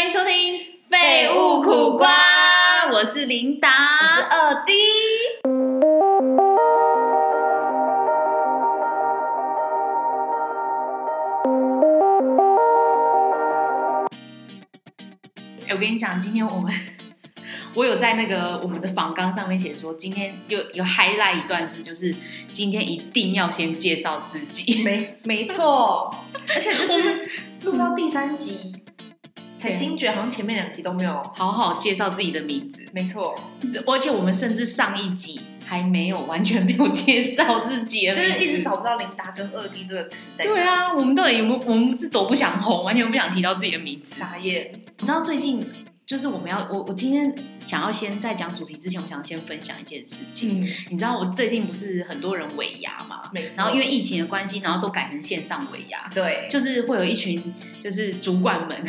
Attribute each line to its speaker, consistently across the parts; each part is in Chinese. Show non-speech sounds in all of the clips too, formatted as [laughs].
Speaker 1: 迎收听《废物苦瓜》，我是琳达，
Speaker 2: 我是二 D。
Speaker 1: 哎、我跟你讲，今天我们 [laughs] 我有在那个我们的访纲上面写说，今天有有 highlight 一段字，就是今天一定要先介绍自己。[laughs]
Speaker 2: [laughs] 没没错，而且就
Speaker 1: 我
Speaker 2: 是录到第三集才
Speaker 1: 对
Speaker 2: 惊觉，好像前面两集都没有。
Speaker 1: 好好介绍自己的名字，
Speaker 2: 没错，
Speaker 1: 而且我们甚至上一集还没有完全没有介绍自己的
Speaker 2: 就
Speaker 1: 名字，
Speaker 2: 是一直找不到琳达跟二 D 这个词在。
Speaker 1: 对，啊，我们到底有没有？我们是多不想红，完全不想提到自己的名字。
Speaker 2: 傻眼。
Speaker 1: 你知道最近就是我们要我我今天想要先在讲主题之前，我想先分享一件事情。
Speaker 2: 嗯，
Speaker 1: 你知道我最近不是很多人尾牙嘛，
Speaker 2: 没错。
Speaker 1: 然后因为疫情的关系，然后都改成线上尾牙，
Speaker 2: 对，
Speaker 1: 就是会有一群就是主管们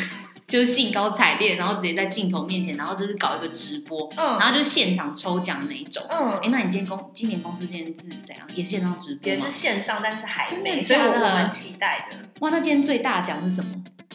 Speaker 1: 就是兴高采烈，然后直接在镜头面前，然后就是搞一个直播，
Speaker 2: 嗯
Speaker 1: 然后就现场抽奖那一种。哎、
Speaker 2: 嗯，
Speaker 1: 那你今天公今年公司今天是怎样？也现场直播
Speaker 2: 也
Speaker 1: 吗
Speaker 2: 是？线上，但是还
Speaker 1: 真的
Speaker 2: 没，所以
Speaker 1: 假的
Speaker 2: 我蛮期待的。
Speaker 1: 哇，那今天最大奖是什么？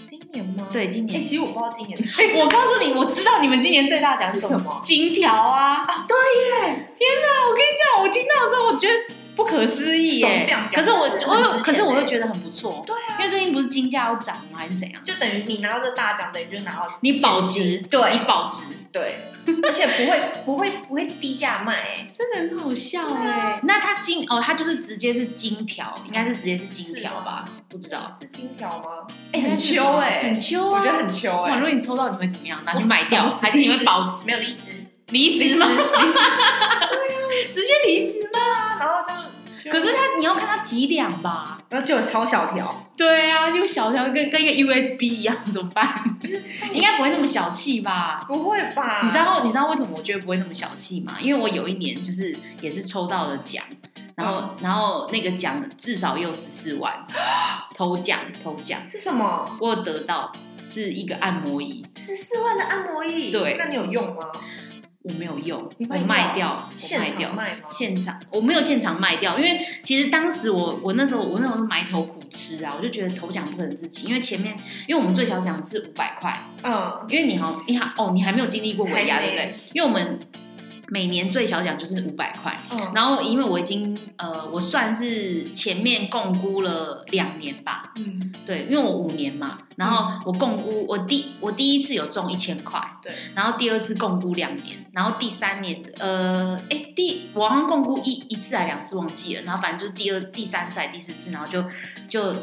Speaker 2: 今年吗？
Speaker 1: 对，今
Speaker 2: 哎，
Speaker 1: 年
Speaker 2: 其实我不知道今年
Speaker 1: 我告诉你，我知道你们今年最大奖是什
Speaker 2: 哎是什
Speaker 1: 么
Speaker 2: 么？
Speaker 1: 金条啊！啊，对耶！天哪，我跟你讲，我听到的时候，我觉得不可思议耶
Speaker 2: 手表。表
Speaker 1: 可是我，
Speaker 2: 真的
Speaker 1: 我
Speaker 2: 很
Speaker 1: 有，
Speaker 2: 值钱
Speaker 1: 可是我
Speaker 2: 耶
Speaker 1: 又觉得很不错，
Speaker 2: 对啊
Speaker 1: 因为最近不是金价要涨吗？还是怎样？
Speaker 2: [laughs] 就等于你拿到这大奖，等于就拿到
Speaker 1: 你保
Speaker 2: 现
Speaker 1: 值
Speaker 2: 金，对
Speaker 1: 你保值，
Speaker 2: 对，而且不会不会不会低价卖，哎
Speaker 1: 真的很好笑
Speaker 2: 对啊
Speaker 1: 那它金哦，它就是直接是金条，应该是直接是金条吧？不知道，
Speaker 2: 是金条吗？
Speaker 1: 应
Speaker 2: 啊哎，
Speaker 1: 该
Speaker 2: 很
Speaker 1: 是
Speaker 2: 秋
Speaker 1: 吧
Speaker 2: 哎，
Speaker 1: 很秋啊，
Speaker 2: 我觉得很秋
Speaker 1: 哇！
Speaker 2: 哎、
Speaker 1: 如果你抽到，你会怎么样？拿去
Speaker 2: 我
Speaker 1: 卖掉，
Speaker 2: 爽死
Speaker 1: 还是你会
Speaker 2: 离职
Speaker 1: 保值？
Speaker 2: 没有离职，
Speaker 1: 离职吗？
Speaker 2: 离职啊
Speaker 1: 直接离职吗？ [laughs]
Speaker 2: 然后就，就
Speaker 1: 可是它你要看它几两吧？
Speaker 2: 然后就有超小条，
Speaker 1: 对啊，就小条跟跟一个 USB 一样，怎么办？ [laughs] 应
Speaker 2: 应
Speaker 1: 该不会那么小气吧？
Speaker 2: 不会吧？
Speaker 1: 你知道你知道为什么我觉得不会那么小气吗？因为我有一年就是也是抽到了奖，然后、然后那个奖至少也有十四 [laughs] 万，头奖头奖，
Speaker 2: 是什么？
Speaker 1: 我有得到是一个按摩椅，
Speaker 2: 十四万的按摩椅，
Speaker 1: 对
Speaker 2: 那你有用吗？
Speaker 1: 我没有用，
Speaker 2: 你
Speaker 1: 我
Speaker 2: 卖掉
Speaker 1: 卖掉，我
Speaker 2: 现
Speaker 1: 卖掉
Speaker 2: 场。卖吗？
Speaker 1: 现场我没有现场卖掉，因为其实当时我我那时候我那时候是埋头苦吃啊，我就觉得头奖不可能自己，因为前面因为我们最小奖是五百块，
Speaker 2: 嗯，
Speaker 1: 因为你好，你好哦，你还没有经历过尾牙，
Speaker 2: 还
Speaker 1: 对
Speaker 2: 没
Speaker 1: 不对？因为我们每年最小奖就是五百块，
Speaker 2: 嗯，
Speaker 1: 然后因为我已经呃，我算是前面共估了两年吧，
Speaker 2: 嗯，
Speaker 1: 对，因为我五年嘛，然后我共估我第我第一次有中一千块，
Speaker 2: 对，
Speaker 1: 然后第二次共估两年，然后第三年呃，哎第我好像共估一一次还两次忘记了，然后反正就是第二第三次还第四次，然后就就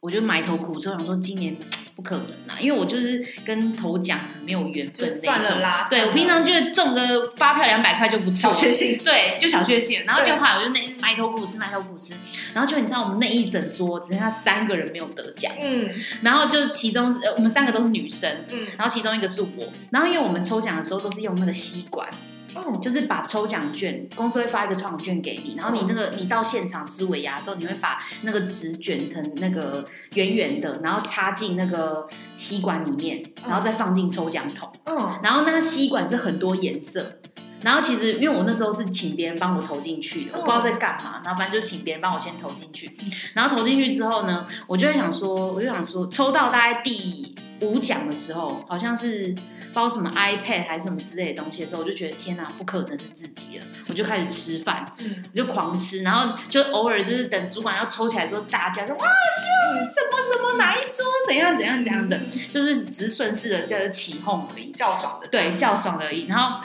Speaker 1: 我就埋头苦吃，我想说今年不可能啦、因为我就是跟头奖没有缘分
Speaker 2: 就
Speaker 1: 那
Speaker 2: 算
Speaker 1: 一
Speaker 2: 了
Speaker 1: 种。
Speaker 2: 啦。
Speaker 1: 对我平常觉得中个发票两百块就不错
Speaker 2: 小
Speaker 1: 了，
Speaker 2: 确幸，
Speaker 1: 对，就小确幸了。然后就
Speaker 2: 对
Speaker 1: 后来我就那埋头苦吃，埋头苦吃。然后就你知道，我们那一整桌只剩下三个人没有得奖，
Speaker 2: 嗯
Speaker 1: 然后就其中是呃我们三个都是女生。
Speaker 2: 嗯，
Speaker 1: 然后其中一个是我，然后因为我们抽奖的时候都是用那个吸管，
Speaker 2: 哦，
Speaker 1: 就是把抽奖券，公司会发一个抽奖券给你，然后你那个你到现场吃尾牙的时候，你会把那个纸卷成那个圆圆的，然后插进那个吸管里面，然后再放进抽奖桶。
Speaker 2: 嗯，
Speaker 1: 然后那吸管是很多颜色。然后其实因为我那时候是请别人帮我投进去的，我不知道在干嘛，然后反正就请别人帮我先投进去。然后投进去之后呢，我就会想说，我就想说，抽到大概第五奖的时候，好像是不知道什么 iPad 还是什么之类的东西的时候，我就觉得天哪，不可能是自己了，我就开始吃饭，
Speaker 2: 嗯，
Speaker 1: 我就狂吃，然后就偶尔就是等主管要抽起来的时候，大家说哇，希望是什么什么哪一桌怎样怎样怎样的，
Speaker 2: 嗯
Speaker 1: 就是只是顺势的叫做起哄而已。
Speaker 2: 较爽的，
Speaker 1: 对，叫爽而已。然后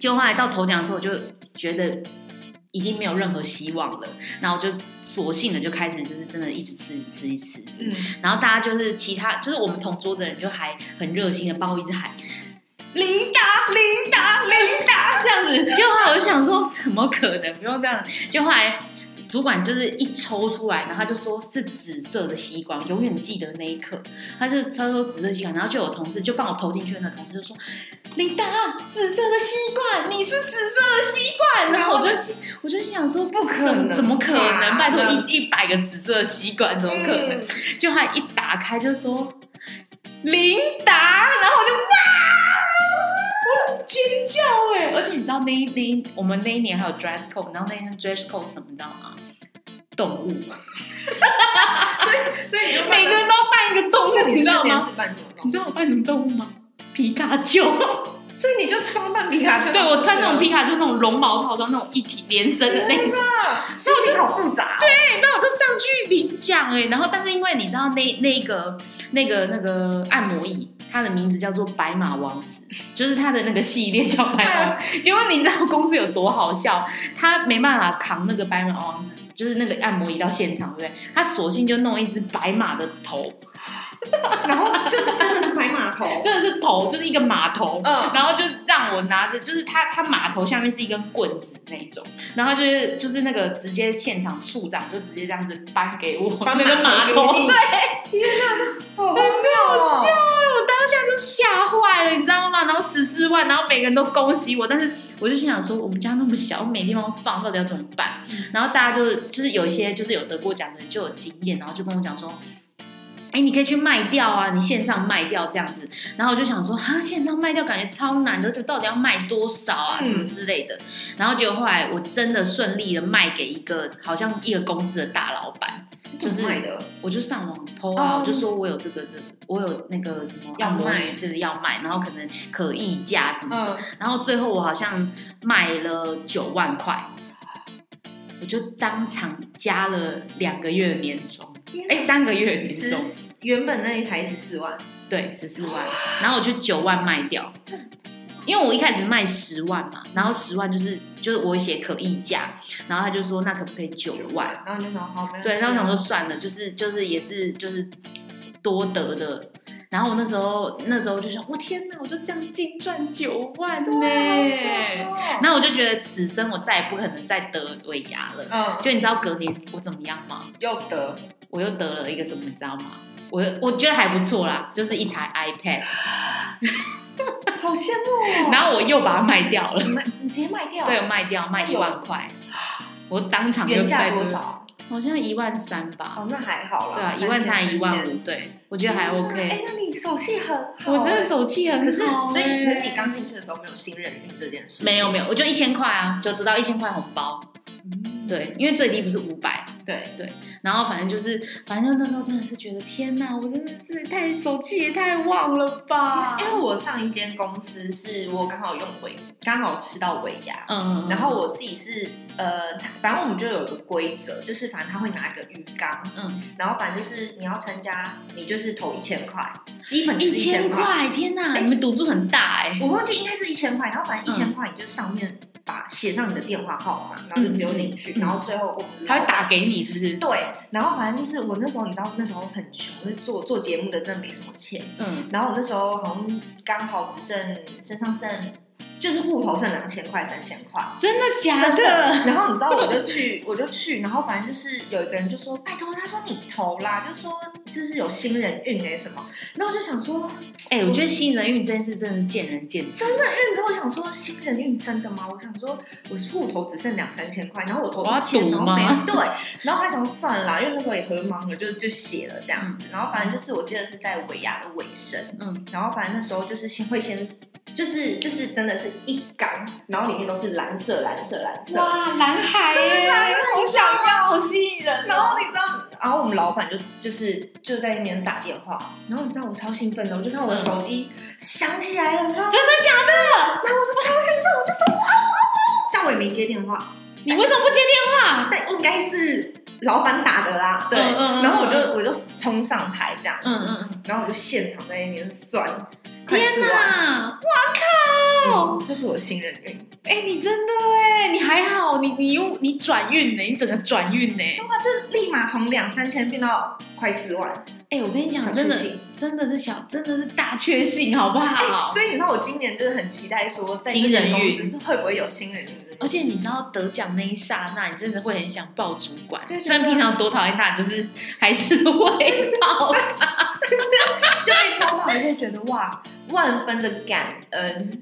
Speaker 1: 就后来到头奖的时候，我就觉得已经没有任何希望了，然后我就索性的就开始就是真的一直吃，一直吃，一直吃。一直吃
Speaker 2: 嗯，
Speaker 1: 然后大家就是其他就是我们同桌的人就还很热心的帮我一直喊。琳达，琳达，琳达，这样 [laughs] 子，就后来我就想说，怎么可能不用这样？就后来主管就是一抽出来，然后他就说是紫色的吸管，我永远记得那一刻。他就抽出紫色吸管，然后就有同事就帮我投进去的那个同事就说：“琳达，紫色的吸管，你是紫色的吸管。”然后我就心我就心想说：“不
Speaker 2: 可
Speaker 1: 怎
Speaker 2: 能
Speaker 1: 么怎么可
Speaker 2: 吧
Speaker 1: 能？拜托一一百个紫色的吸管，怎么可能？”
Speaker 2: 嗯
Speaker 1: 就他一打开就说琳达，然后我就哇，啊我尖叫哎、而且你知道那一那一我们那一年还有 dress code，然后那一天 dress code 是什么你知道吗？动物，
Speaker 2: 所以你就
Speaker 1: 每个人都扮一个动
Speaker 2: 那
Speaker 1: 物，
Speaker 2: 你
Speaker 1: 你知道
Speaker 2: 那年
Speaker 1: 吗？
Speaker 2: 是办什么东
Speaker 1: 你
Speaker 2: [laughs] 西？
Speaker 1: 知道我扮什么动物吗？皮卡丘，
Speaker 2: 所以你就装扮 [laughs] 皮卡
Speaker 1: [laughs]
Speaker 2: 丘。
Speaker 1: 对我穿那种皮卡丘那种绒毛套装，那种一体连身的那种。
Speaker 2: 卡，心情好复杂、哦
Speaker 1: [laughs]
Speaker 2: 对，
Speaker 1: 那我就上去领奖哎、然后但是因为你知道那那个那个那个按摩椅，它的名字叫做白马王子，就是它的那个系列叫白马王
Speaker 2: [laughs]
Speaker 1: 子。结果你知道公司有多好笑，他没办法扛那个白马王子，就是那个按摩椅到现场，对不对？他索性就弄一只白马的头，啊
Speaker 2: 然后就是真的是白
Speaker 1: [laughs]
Speaker 2: 马头，
Speaker 1: 真的是头，就是一个马头。
Speaker 2: 嗯，
Speaker 1: 然后就让我拿着，就是他他码头下面是一根棍子那一种，然后就是就是那个直接现场处长就直接这样子颁给我
Speaker 2: 把
Speaker 1: 那个码头，
Speaker 2: 给你
Speaker 1: 对，
Speaker 2: 天哪，好荒谬哦！
Speaker 1: 我当下就吓坏了，你知道吗？然后十四万，然后每个人都恭喜我，但是我就心想说，我们家那么小，没地方放，到底要怎么办？然后大家就就是有一些就是有得过奖的人就有经验，然后就跟我讲说。哎，你可以去卖掉啊，你线上卖掉这样子。然后我就想说，啊，线上卖掉感觉超难的，就到底要卖多少啊，
Speaker 2: 嗯
Speaker 1: 什么之类的。然后结果后来我真的顺利的卖给一个好像一个公司的大老板，就是
Speaker 2: 怎么卖的，
Speaker 1: 我就上网 PO 啊，
Speaker 2: 哦
Speaker 1: 我就说我有这个这个，我有那个什么
Speaker 2: 要
Speaker 1: 按摩
Speaker 2: 卖
Speaker 1: 椅这个要卖，然后可能可议价什么的，
Speaker 2: 嗯，
Speaker 1: 然后最后我好像卖了九万块，我就当场加了两个月的年终，哎，三个月的年终，
Speaker 2: 十原本那一台是四万，
Speaker 1: 对，十四万，然后我就九万卖掉，因为我一开始卖十万嘛，然后十万就是就是我写可议价，然后他就说那可不可以九万？，
Speaker 2: 然后你就想好，没有
Speaker 1: 对，然后想说算了，就是就是也是就是多得的。然后我那时候那时候就想，我天哪，我就这样净赚九万
Speaker 2: 哦
Speaker 1: 呢、
Speaker 2: 对，好爽哦
Speaker 1: 然后我就觉得此生我再也不可能再得尾牙了。
Speaker 2: 嗯，
Speaker 1: 就你知道隔年我怎么样吗？
Speaker 2: 又得，
Speaker 1: 我又得了一个什么，你知道吗？我我觉得还不错啦，就是一台 iPad，
Speaker 2: 好羡慕哦。
Speaker 1: 然后我又把它卖掉了，
Speaker 2: 你卖，你直接卖掉，
Speaker 1: 对，我卖掉卖一万块，我当场就
Speaker 2: 原价
Speaker 1: 在这个？
Speaker 2: 多少？
Speaker 1: 好像一万三吧，
Speaker 2: 哦，那还好啦，
Speaker 1: 对啊，一万三一万
Speaker 2: 五，
Speaker 1: 五，对我觉得还
Speaker 2: 嗯
Speaker 1: OK。
Speaker 2: 哎，那你手气很
Speaker 1: [laughs]
Speaker 2: 好，
Speaker 1: 我真的手气很好、
Speaker 2: 哦可是，所以可是
Speaker 1: 哎
Speaker 2: 你刚进去的时候没有新人运这件事，
Speaker 1: 没有没有，我就一千块啊，就得到一千块红包。
Speaker 2: 嗯，
Speaker 1: 对，因为最低不是五百，
Speaker 2: 对，
Speaker 1: 然后反正就是，反正那时候真的是觉得天哪，我真的是太手气也太旺了吧。
Speaker 2: 因为哎我上一间公司是我刚好用尾，刚好吃到尾牙。
Speaker 1: 嗯，
Speaker 2: 然后我自己是呃，反正我们就有一个规则，就是反正他会拿一个鱼缸，
Speaker 1: 嗯，
Speaker 2: 然后反正就是你要参加，你就是投一千块，基本是
Speaker 1: 一
Speaker 2: 一千
Speaker 1: 千块，天哪，
Speaker 2: 哎
Speaker 1: 你们赌注很大哎、
Speaker 2: 我忘记应该是一千块，然后反正
Speaker 1: 嗯
Speaker 2: 一千块你就上面把写上你的电话号码，然后就丢进
Speaker 1: 嗯
Speaker 2: 去，
Speaker 1: 嗯嗯
Speaker 2: 然后最后我们
Speaker 1: 他会打给你是不是？
Speaker 2: 对，然后反正就是我那时候你知道那时候很穷，就是做做节目的真的没什么钱，
Speaker 1: 嗯，
Speaker 2: 然后我那时候好像刚好只剩身上剩就是户头剩两千块三千块，
Speaker 1: 真的假
Speaker 2: 真的
Speaker 1: 的？。
Speaker 2: 然后你知道，我就去，我就去，然后反正就是有一个人就说：“拜托，他说你投啦，就说就是有新人运哎、什么。”然后我就想说，
Speaker 1: 哎、我觉得新人运这件事真的是见仁见智。
Speaker 2: 真的运？跟我想说新人运真的吗？我想说我是户头只剩两三千块，然后我投
Speaker 1: 我要
Speaker 2: 一千，
Speaker 1: 赌
Speaker 2: 然后
Speaker 1: 吗
Speaker 2: 没对，然后他想说算了啦，因为那时候也很忙了，就就写了这样子。然后反正就是我记得是在尾牙的尾声，
Speaker 1: 嗯，
Speaker 2: 然后反正那时候就是先会先。就是就是真的是一缸，然后里面都是蓝色蓝色蓝色，
Speaker 1: 哇，蓝海耶、
Speaker 2: 好想要，好吸引人。哦然后你知道，然后我们老板就就是就在那边打电话，然后你知道我超兴奋的，我就
Speaker 1: 嗯
Speaker 2: 看我的手机响起来了，你知道吗，
Speaker 1: 真的假的？
Speaker 2: 然后我就超兴奋，我就说哇哇哇，但我也没接电话，
Speaker 1: 你为什么不接电话？
Speaker 2: 但应该是老板打的啦，对。
Speaker 1: 嗯嗯嗯
Speaker 2: 然后我就我就冲上台这样，
Speaker 1: 嗯嗯
Speaker 2: 然后我就现场在那边算，
Speaker 1: 嗯，
Speaker 2: 快
Speaker 1: 天
Speaker 2: 四万
Speaker 1: 哪，哦哇靠！
Speaker 2: 嗯这是我的新人运。
Speaker 1: 哎、你真的哎，你还好，你你又你转运呢，你整个转运呢。
Speaker 2: 哇，就是立马从两三千变到快四万，
Speaker 1: 哎、我跟你
Speaker 2: 小
Speaker 1: 讲，
Speaker 2: 确
Speaker 1: 真的
Speaker 2: 幸
Speaker 1: 真的是小，真的是大确幸，好不 [laughs] 好？
Speaker 2: 哎所以你知道我今年就是很期待说，在
Speaker 1: 新人
Speaker 2: 这
Speaker 1: 运
Speaker 2: 间公司会不会有新人运这件事？
Speaker 1: 而且你知道得奖那一刹那，你真的会很想抱主 [laughs] 管
Speaker 2: 对，对
Speaker 1: 虽然平常多讨厌他，就是还是会抱。
Speaker 2: 就被抽到，你就觉得哇，万分的感恩，
Speaker 1: 会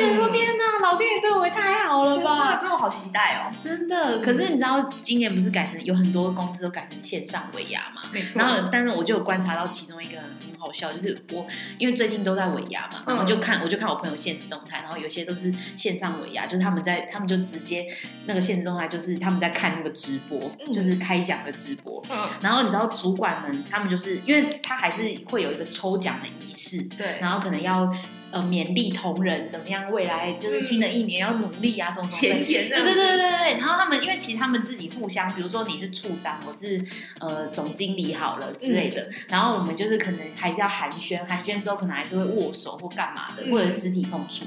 Speaker 1: 觉得说
Speaker 2: 嗯
Speaker 1: 天哪，老天爷对我也太好了
Speaker 2: 真的，
Speaker 1: 吧！
Speaker 2: 所以我好期待哦。
Speaker 1: 真的，可是你知道今年不是改成有很多公司都改成线上尾牙嘛？
Speaker 2: 没错
Speaker 1: 然后，但是我就有观察到其中一个很好笑，就是我因为最近都在尾牙嘛，然
Speaker 2: 嗯
Speaker 1: 后就看我就看我朋友现实动态，然后有些都是线上尾牙，就是他们在他们就直接那个现实动态就是他们在看那个直播，
Speaker 2: 嗯
Speaker 1: 就是开奖的直播。
Speaker 2: 嗯，
Speaker 1: 然后你知道主管们他们就是因为他还是会有一个抽奖的仪式，
Speaker 2: 对，
Speaker 1: 然后后可能要呃勉励同仁，怎么样未来就是新
Speaker 2: 嗯
Speaker 1: 的一年要努力啊，什么什么之类的
Speaker 2: 前言这
Speaker 1: 对对
Speaker 2: 样子
Speaker 1: 对对对，然后他们因为其实他们自己互相，比如说你是处长，我是呃总经理好了之类的，
Speaker 2: 嗯
Speaker 1: 然后我们就是可能还是要寒暄，寒暄之后可能还是会握手或干嘛的，
Speaker 2: 嗯
Speaker 1: 或者肢体碰触。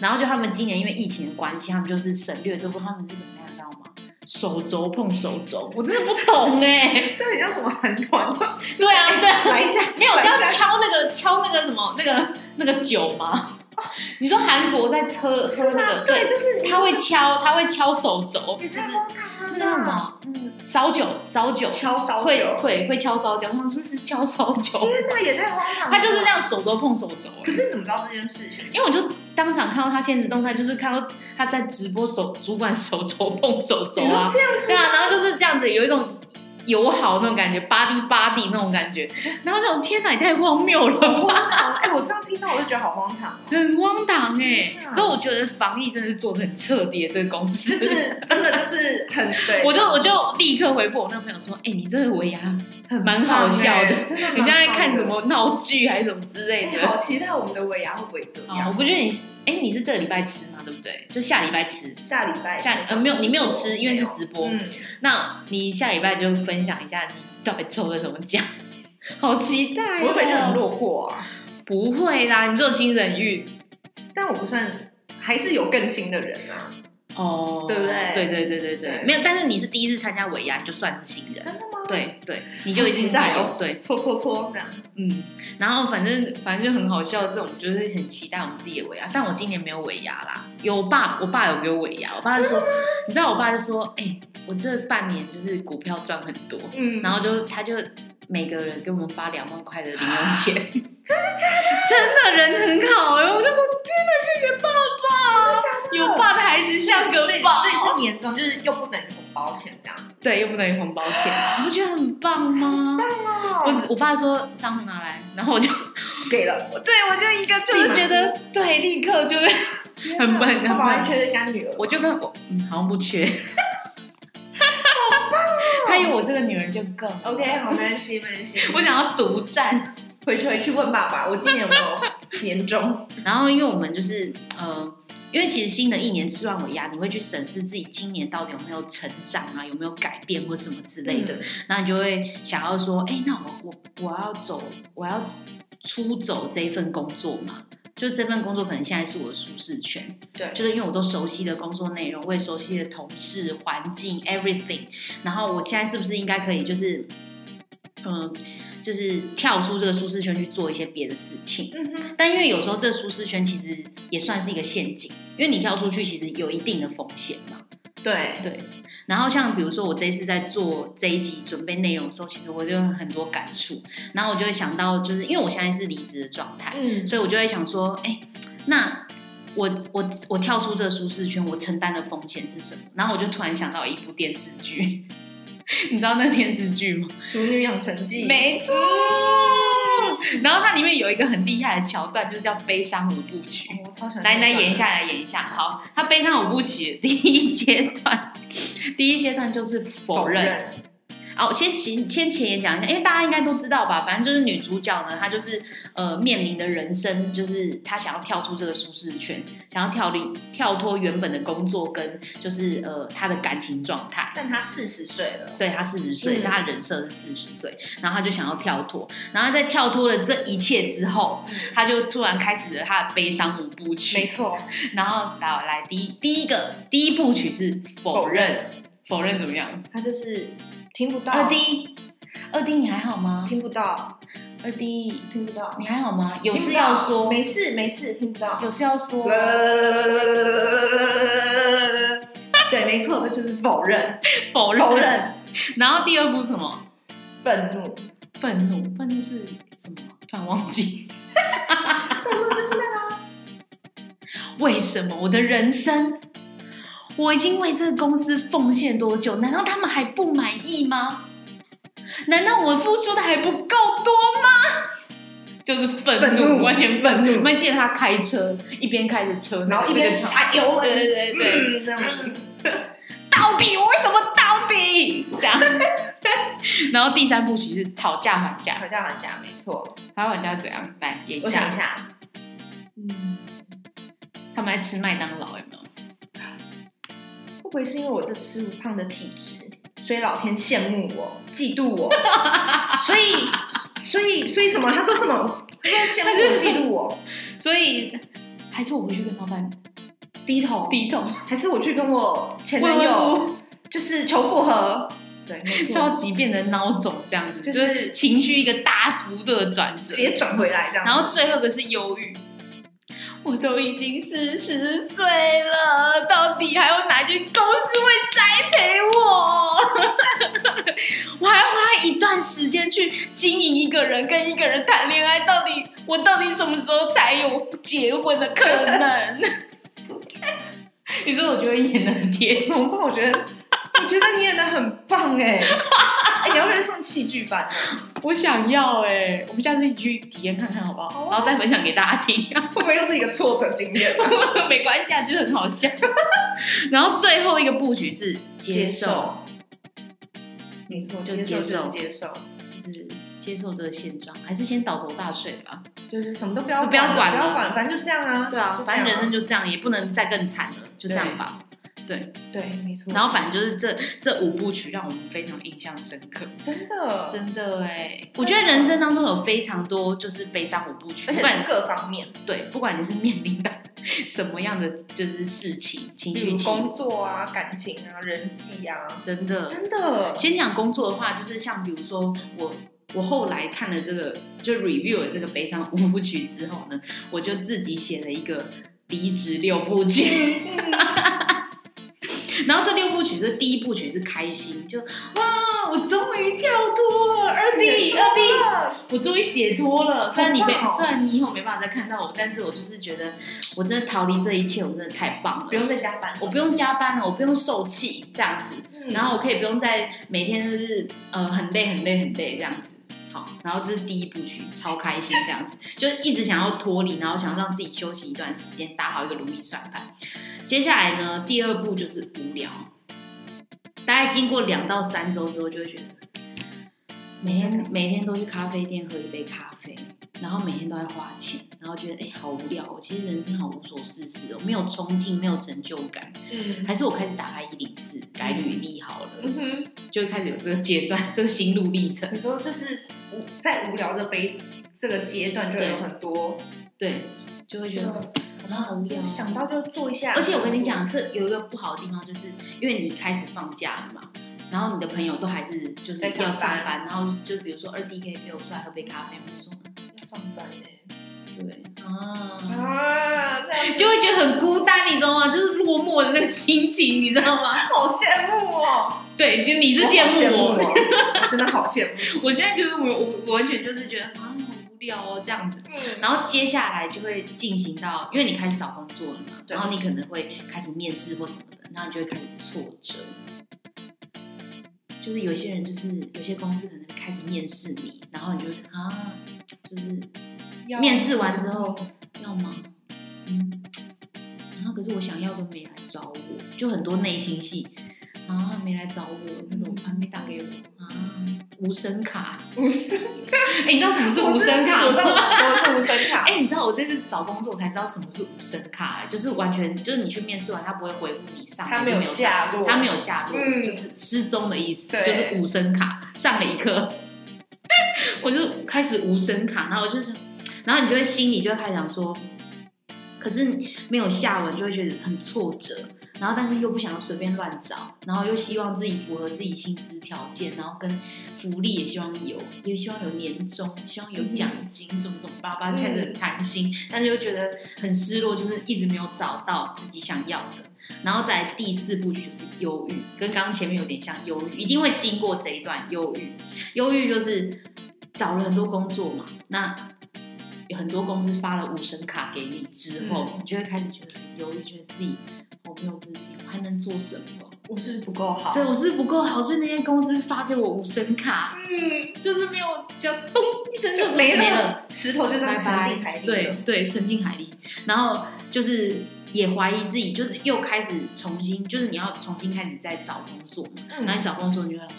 Speaker 1: 然后就他们今年因为疫情的关系，他们就是省略这部分，他们是怎么样，你知道吗？手肘碰手肘，我真的不懂哎、
Speaker 2: [laughs] 这很像什么韩团吗？
Speaker 1: 对啊，对啊，
Speaker 2: [laughs] 来一下，
Speaker 1: 没有是要
Speaker 2: 来一下
Speaker 1: 敲那个敲那个什么那个那个酒吗？你说韩国在车喝
Speaker 2: 是
Speaker 1: 那
Speaker 2: 吗？
Speaker 1: 个，对，
Speaker 2: 就是
Speaker 1: 他会敲，他会敲手肘，
Speaker 2: 你
Speaker 1: 就
Speaker 2: 太
Speaker 1: 是。
Speaker 2: 荒
Speaker 1: 那
Speaker 2: 唐了
Speaker 1: 个叫什么？嗯，烧酒，烧酒，
Speaker 2: 敲啊烧
Speaker 1: 会
Speaker 2: 酒，
Speaker 1: 会会敲烧酒，我想说是敲烧酒，
Speaker 2: 天哪，也太荒唐了！
Speaker 1: 他就是这。样手肘碰手肘。欸
Speaker 2: 可是你怎么知道这件事情？
Speaker 1: 因为我就当场看到他现实动态，就是看到他在直播手主管手肘碰手肘
Speaker 2: 你说
Speaker 1: 啊，
Speaker 2: 这样子
Speaker 1: 对啊，然后就是这样子，有一种友好那种感觉，body body 那种感觉，然后这种天哪，也太荒谬了吧，
Speaker 2: 荒唐？哎，我这样听到我就觉得好荒唐哦。
Speaker 1: 很荒唐哎、
Speaker 2: 天
Speaker 1: 欸。
Speaker 2: 哪
Speaker 1: 可我觉得防疫真的是做的很彻底，这个公司
Speaker 2: 就是真的就是很对，
Speaker 1: 我就我就立刻回复我那朋友说：“哎、你这个尾牙
Speaker 2: 很
Speaker 1: 蛮好笑的
Speaker 2: 棒哎，真的蛮
Speaker 1: 你现在看
Speaker 2: 棒的
Speaker 1: 什？么闹剧还是什么之类
Speaker 2: 哎
Speaker 1: 的？
Speaker 2: 好期待我们的尾牙会不会这
Speaker 1: 啊，我
Speaker 2: 样？
Speaker 1: 不觉得你，哎、你是这个礼拜吃嘛，对不对？就下礼拜吃。
Speaker 2: 下礼拜
Speaker 1: 下呃没有你没有吃因为是直播
Speaker 2: 嗯，
Speaker 1: 那你下礼拜就分享一下你到底抽了什么奖， [laughs] 好期待、哦
Speaker 2: 我会不会就很？落魄啊？
Speaker 1: 不会啦，你只有新人运
Speaker 2: 但我不算，还是有更新的人啊。
Speaker 1: 哦，
Speaker 2: 对不对
Speaker 1: 对对对对对，
Speaker 2: 对
Speaker 1: 没有，但是你是第一次参加尾牙，你就算是新人。
Speaker 2: 真的吗？，
Speaker 1: 对对，你就已经
Speaker 2: 好期待哦
Speaker 1: 对，
Speaker 2: 搓搓搓这样。
Speaker 1: 嗯，然后反正反正就很好笑的是，我们就是很期待我们自己的尾牙，但我今年没有尾牙啦。有我爸，我爸有给我尾牙，我爸就说，你知道我爸就说，哎、我这半年就是股票赚很多，
Speaker 2: 嗯
Speaker 1: 然后就他就每个人给我们发两万块的零用
Speaker 2: [laughs]
Speaker 1: 钱，真的人很好哎、我就说天哪，谢谢爸爸，有爸的孩子像个
Speaker 2: 所以
Speaker 1: 宝，
Speaker 2: 所以是年终，就是又不等于红包钱这样。
Speaker 1: 对，又不等于红包钱，你不觉得很棒吗？我我爸说账户拿来，然后我就。
Speaker 2: 哦给了我，
Speaker 1: 对，我就一个就
Speaker 2: 立
Speaker 1: 是
Speaker 2: 马
Speaker 1: 觉得 [laughs] 对，立刻就是，很笨很笨
Speaker 2: 我保安缺干女儿，
Speaker 1: 我就跟我嗯，好像不缺，好棒、哦还有我这个女人就更，
Speaker 2: OK 好，没关系，没 [laughs] 关系。
Speaker 1: [laughs] 我想要独占。
Speaker 2: 回去回去问爸爸，我今年有没有年终？
Speaker 1: 然后因为我们就是呃，因为其实新的一年吃完尾牙，你会去审视自己今年到底有没有成长啊，有没有改变或什么之类
Speaker 2: 嗯
Speaker 1: 的，然后你就会想要说，哎、那我我我要走，我要出走这一份工作嘛。就这份工作可能现在是我的舒适圈，
Speaker 2: 对，
Speaker 1: 就是因为我都熟悉的工作内容，我也熟悉的同事、环境，everything。然后我现在是不是应该可以就是，嗯，就是跳出这个舒适圈去做一些别的事情？
Speaker 2: 嗯哼，
Speaker 1: 但因为有时候这舒适圈其实也算是一个陷阱，因为你跳出去其实有一定的风险嘛。
Speaker 2: 对，
Speaker 1: 对。然后像比如说我这一次在做这一集准备内容的时候，其实我就有很多感触，然后我就会想到，就是因为我现在是离职的状态，
Speaker 2: 嗯，
Speaker 1: 所以我就会想说，哎、那我我我跳出这舒适圈，我承担的风险是什么？然后我就突然想到一部电视剧， [laughs] 你知道那个电视剧吗？
Speaker 2: 《熟女养成记》
Speaker 1: 错。然后它里面有一个很厉害的桥段，就是叫悲伤五部曲。
Speaker 2: 哦我超喜欢。
Speaker 1: 来，来演一下，，来演一下。好，他悲伤五部曲的第一阶段，第一阶段就是否
Speaker 2: 否
Speaker 1: 认。
Speaker 2: 认，
Speaker 1: 哦，先前先前言讲一下，因为大家应该都知道吧，反正就是女主角呢，她就是呃面临的人生，就是她想要跳出这个舒适圈，想要跳离跳脱原本的工作跟就是呃她的感情状态。
Speaker 2: 但她四十岁了，
Speaker 1: 对她四十岁，
Speaker 2: 嗯
Speaker 1: 她的人设是四十岁，然后她就想要跳脱，然后在跳脱了这一切之后，
Speaker 2: 嗯
Speaker 1: 她就突然开始了她的悲伤五部曲。
Speaker 2: 没错，
Speaker 1: 然后来来第一第一个第一部曲是否认，否认怎么样？
Speaker 2: 她就是听不到，
Speaker 1: 二 D，二 D 你还好吗？
Speaker 2: 听不到，
Speaker 1: 二 D，
Speaker 2: 听不到，
Speaker 1: 你还好吗？有事要
Speaker 2: 听不到
Speaker 1: 说，
Speaker 2: 没事啊没事，听不到，
Speaker 1: 有事要说。
Speaker 2: [laughs] 对，没错，这就是否认，
Speaker 1: 否
Speaker 2: 否。认，
Speaker 1: 然后第二步是什么？
Speaker 2: 愤怒，
Speaker 1: 愤怒，愤怒是什么？突然忘记。
Speaker 2: 愤怒就是那
Speaker 1: 为什么我的人生，我已经为这个公司奉献多久？难道他们还不满意吗？难道我付出的还不够多吗？就是愤
Speaker 2: 愤怒
Speaker 1: 完全愤
Speaker 2: 愤
Speaker 1: 怒。
Speaker 2: 怒
Speaker 1: 你们记得他开车，一边开着车，
Speaker 2: 然后一
Speaker 1: 那个
Speaker 2: 边
Speaker 1: 场
Speaker 2: 踩油门
Speaker 1: 对对对对，
Speaker 2: 嗯，这样子
Speaker 1: 到底我为什么到底这 [laughs] 样？然后第三部曲是讨价还价，
Speaker 2: 讨价还价，没错。
Speaker 1: 讨价还价怎样？来演一
Speaker 2: 我想
Speaker 1: 下嗯
Speaker 2: 一，下，
Speaker 1: 他们在吃麦当劳，有没有？
Speaker 2: 会不会是因为我这吃不胖的体质，所以老天羡慕我、嫉妒
Speaker 1: [laughs]
Speaker 2: 我？所以，所以，所以什么？他说什么？他说羡慕我、嫉妒我，
Speaker 1: 所以还是我回去跟老板
Speaker 2: 低头，
Speaker 1: 低头，
Speaker 2: 还是我去跟我前男
Speaker 1: 慰
Speaker 2: 友
Speaker 1: 问
Speaker 2: 就是求复合？对，没错
Speaker 1: 超级变得孬种这样子，
Speaker 2: 就
Speaker 1: 就是是情绪一个大幅度的转折
Speaker 2: 直，接转回来这样。
Speaker 1: 然后最后一个是忧郁。我都已经四十岁了，到底还有哪间公司会栽培我？ [laughs] 我还要花一段时间去经营一个人，跟一个人谈恋爱，到底我到底什么时候才有结婚的可能？你说我觉得演的很
Speaker 2: [laughs]
Speaker 1: 贴
Speaker 2: 怎
Speaker 1: 切，
Speaker 2: 么办？我觉得，我觉得你演的很棒哎、哎你要不要上戏剧班？啊
Speaker 1: 我想要哎、我们下次一起去体验看看好不好？
Speaker 2: 好啊
Speaker 1: 然后再分享给大家听。
Speaker 2: 会不会又是一个挫折经验？
Speaker 1: [laughs] 没关系啊，就是很好笑。 [laughs] 然后最后一个布局是接受，，
Speaker 2: 没错，
Speaker 1: 就
Speaker 2: 接
Speaker 1: 接受
Speaker 2: 受，接受，
Speaker 1: 就是接受这个现状，还是先倒头大睡吧。
Speaker 2: 就是什么都不要
Speaker 1: 就不要
Speaker 2: 管，
Speaker 1: 管
Speaker 2: 不
Speaker 1: 了
Speaker 2: 要管，反正就这样啊。
Speaker 1: 对啊，反正人生
Speaker 2: 就
Speaker 1: 就这样，也不能再更惨了，就这样吧。对，
Speaker 2: 这样啊对，没错。
Speaker 1: 然后反正就是这这五部曲让我们非常印象深刻，
Speaker 2: 真的，
Speaker 1: 真的哎，我觉得人生当中有非常多就是悲伤五部曲，
Speaker 2: 而
Speaker 1: 不
Speaker 2: 且
Speaker 1: 管
Speaker 2: 是各方面，
Speaker 1: 对，不管你是面临到 [laughs] 什么样的就是事情、情
Speaker 2: 比
Speaker 1: 绪
Speaker 2: 如
Speaker 1: 起伏，
Speaker 2: 工作啊、感情啊、人际啊，
Speaker 1: 真的
Speaker 2: 真的，
Speaker 1: 先讲工作的话，就是像比如说我我后来看了这个就 review 了这个悲伤五部曲之后呢，我就自己写了一个离职六部曲， [laughs] 然后这六部曲这第一部曲是开心，就哇我终于跳脱了，二弟二弟
Speaker 2: 弟，
Speaker 1: 我终于解脱了。虽然你没
Speaker 2: 好棒哦
Speaker 1: 虽然你以后没办法再看到我，但是我就是觉得我真的逃离这一切，我真的太棒
Speaker 2: 不
Speaker 1: 了。
Speaker 2: 用再加班了，
Speaker 1: 我不用加班了，我不用受气，这样子。
Speaker 2: 嗯
Speaker 1: 然后我可以不用再每天就是呃很累很累很累这样子。好，然后这是第一部曲，超开心这样子，就一直想要脱离，然后想让自己休息一段时间，打好一个如意算盘。接下来呢，第二步就是无聊，大概经过两到三周之后，就会觉得每天每天都去咖啡店喝一杯咖啡，然后每天都在花钱，然后觉得哎、好无聊哦，其实人生好无所事事哦，没有冲劲，没有成就感。
Speaker 2: 嗯
Speaker 1: 还是我开始打开一零四改履历好了，
Speaker 2: 嗯哼。
Speaker 1: 就会开始有这个阶段，这个心路历程。
Speaker 2: 你说就是无在无聊这杯这个阶段，就有很多
Speaker 1: 对，就会觉得好像好无聊。
Speaker 2: 想到就做一下。
Speaker 1: 而且我跟你讲，，这有一个不好的地方，就是因为你开始放假了嘛，然后你的朋友都还是就是
Speaker 2: 在
Speaker 1: 要
Speaker 2: 上
Speaker 1: 上
Speaker 2: 班
Speaker 1: 班，然后就比如说二弟可以陪我出来喝杯咖啡吗，我就说
Speaker 2: 上班欸
Speaker 1: 对啊，
Speaker 2: 啊，这样
Speaker 1: 就会觉得很孤单，你知道吗？就是落寞的那个心情，你知道吗？
Speaker 2: 好羡慕哦，
Speaker 1: 对，就 [laughs] 你
Speaker 2: 你
Speaker 1: 是羡慕我，
Speaker 2: 我，哦我真的好羡慕。
Speaker 1: 我现在就是我我我完全就是觉得啊好无聊哦这样子。
Speaker 2: 嗯，
Speaker 1: 然后接下来就会进行到，因为你开始找工作了嘛，
Speaker 2: 对
Speaker 1: 然后你可能会开始面试或什么的，那你就会开始挫折。就是有些人，就是有些公司可能开始面试你，然后你就啊，就是
Speaker 2: 要
Speaker 1: 面试完之后要吗？嗯，然后可是我想要都没来找我，就很多内心戏啊，没来找我，那种还没打给我啊，无声卡。
Speaker 2: 嗯无声，
Speaker 1: [laughs] 哎、你知道什么是无声卡
Speaker 2: 我
Speaker 1: 吗
Speaker 2: 知？道我是无声卡。
Speaker 1: 哎、你知道我这次找工作才知道什么是无声卡、哎就是完全就是你去面试完，他不会回复你上，
Speaker 2: 他
Speaker 1: 还
Speaker 2: 没
Speaker 1: 是
Speaker 2: 有
Speaker 1: 有上，
Speaker 2: 下落，
Speaker 1: 他没有下落，
Speaker 2: 嗯
Speaker 1: 就是失踪的意思
Speaker 2: 对，
Speaker 1: 就是无声卡。上了一课， [laughs] 我就开始无声卡，然后我就想，然后你就会心里就会开始想说，可是你没有下文，就会觉得很挫折。然后，但是又不想要随便乱找，然后又希望自己符合自己薪资条件，然后跟福利也希望有，也希望有年终，希望有奖
Speaker 2: 嗯
Speaker 1: 金什么什么巴拉巴拉，就开始很贪心，但是又觉得很失落，就是一直没有找到自己想要的。然后在第四部曲就是忧郁，跟刚刚前面有点像，忧郁一定会经过这一段忧郁。忧郁就是找了很多工作嘛，那有很多公司发了无声卡给你之后，
Speaker 2: 嗯
Speaker 1: 你就会开始觉得很忧郁，觉得自己好没有自信，我还能做什么？
Speaker 2: 我是不是不够好？
Speaker 1: 对我是不是不够好，所以那些公司发给我无声卡，
Speaker 2: 嗯，
Speaker 1: 就是没有叫咚一声就
Speaker 2: 就没
Speaker 1: 没了。
Speaker 2: 了，石头就这样沉进海里了。
Speaker 1: 对对，沉进海里，然后就是也怀疑自己，就是又开始重新，就是你要重新开始再找工作嘛。
Speaker 2: 嗯，
Speaker 1: 然后你找工作，你就想说，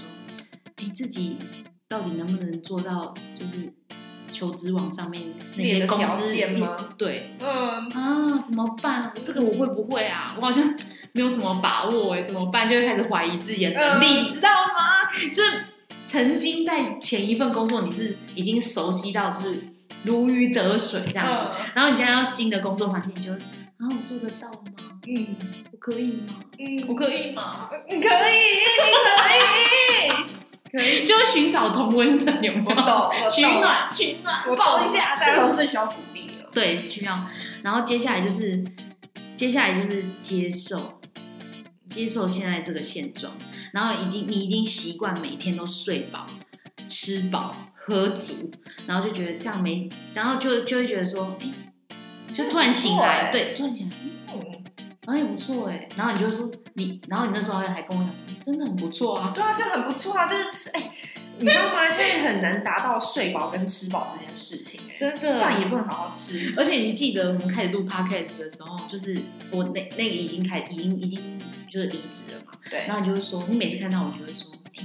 Speaker 1: 你自己到底能不能做到，就是求职网上面那
Speaker 2: 列
Speaker 1: 些
Speaker 2: 的
Speaker 1: 公
Speaker 2: 条
Speaker 1: 司
Speaker 2: 件吗
Speaker 1: 对
Speaker 2: 嗯，
Speaker 1: 啊，怎么办？这个我会不会啊？我好像没有什么把握哎、怎么办？就会开始怀疑自己的能力，
Speaker 2: 嗯
Speaker 1: 你知道吗？就是曾经在前一份工作，你是已经熟悉到就是如鱼得水这样子，
Speaker 2: 嗯
Speaker 1: 然后你现在要新的工作环境，你就会啊，我做得到吗？
Speaker 2: 嗯
Speaker 1: 我可以吗？
Speaker 2: 嗯，
Speaker 1: 我可以吗？
Speaker 2: 你可
Speaker 1: [laughs]
Speaker 2: 嗯以，你可以，可以，
Speaker 1: 就会寻找同温层，有没
Speaker 2: 我
Speaker 1: 有？
Speaker 2: 懂，
Speaker 1: 取暖，取暖，
Speaker 2: 我
Speaker 1: 抱
Speaker 2: 抱
Speaker 1: 一
Speaker 2: 一
Speaker 1: 下，
Speaker 2: 下，
Speaker 1: 这
Speaker 2: 这时
Speaker 1: 种
Speaker 2: 候最需要鼓励了。
Speaker 1: 对，需要。然后接下来就是，接下来就是接受，接受现在这个现状。然后已经你已经习惯每天都睡饱、吃饱、喝足，然后就觉得这样没，然后就就会觉得说，哎、就突然醒来，
Speaker 2: 这
Speaker 1: 对，突然醒来，嗯
Speaker 2: 嗯，
Speaker 1: 好像也不错哎、然后你就说你，然后你那时候还还跟我讲说，真的很不错啊。
Speaker 2: 对啊，就很不错啊，就是吃，哎，你知道吗？现在很难达到睡饱跟吃饱这件事情，
Speaker 1: 真
Speaker 2: 饭也不能好好吃。
Speaker 1: 而且你记得我们开始录 podcast 的时候，就是我那那个已经开已经已经就是离职了嘛，
Speaker 2: 对
Speaker 1: 然，后你就会说，你每次看到我就会说，哎、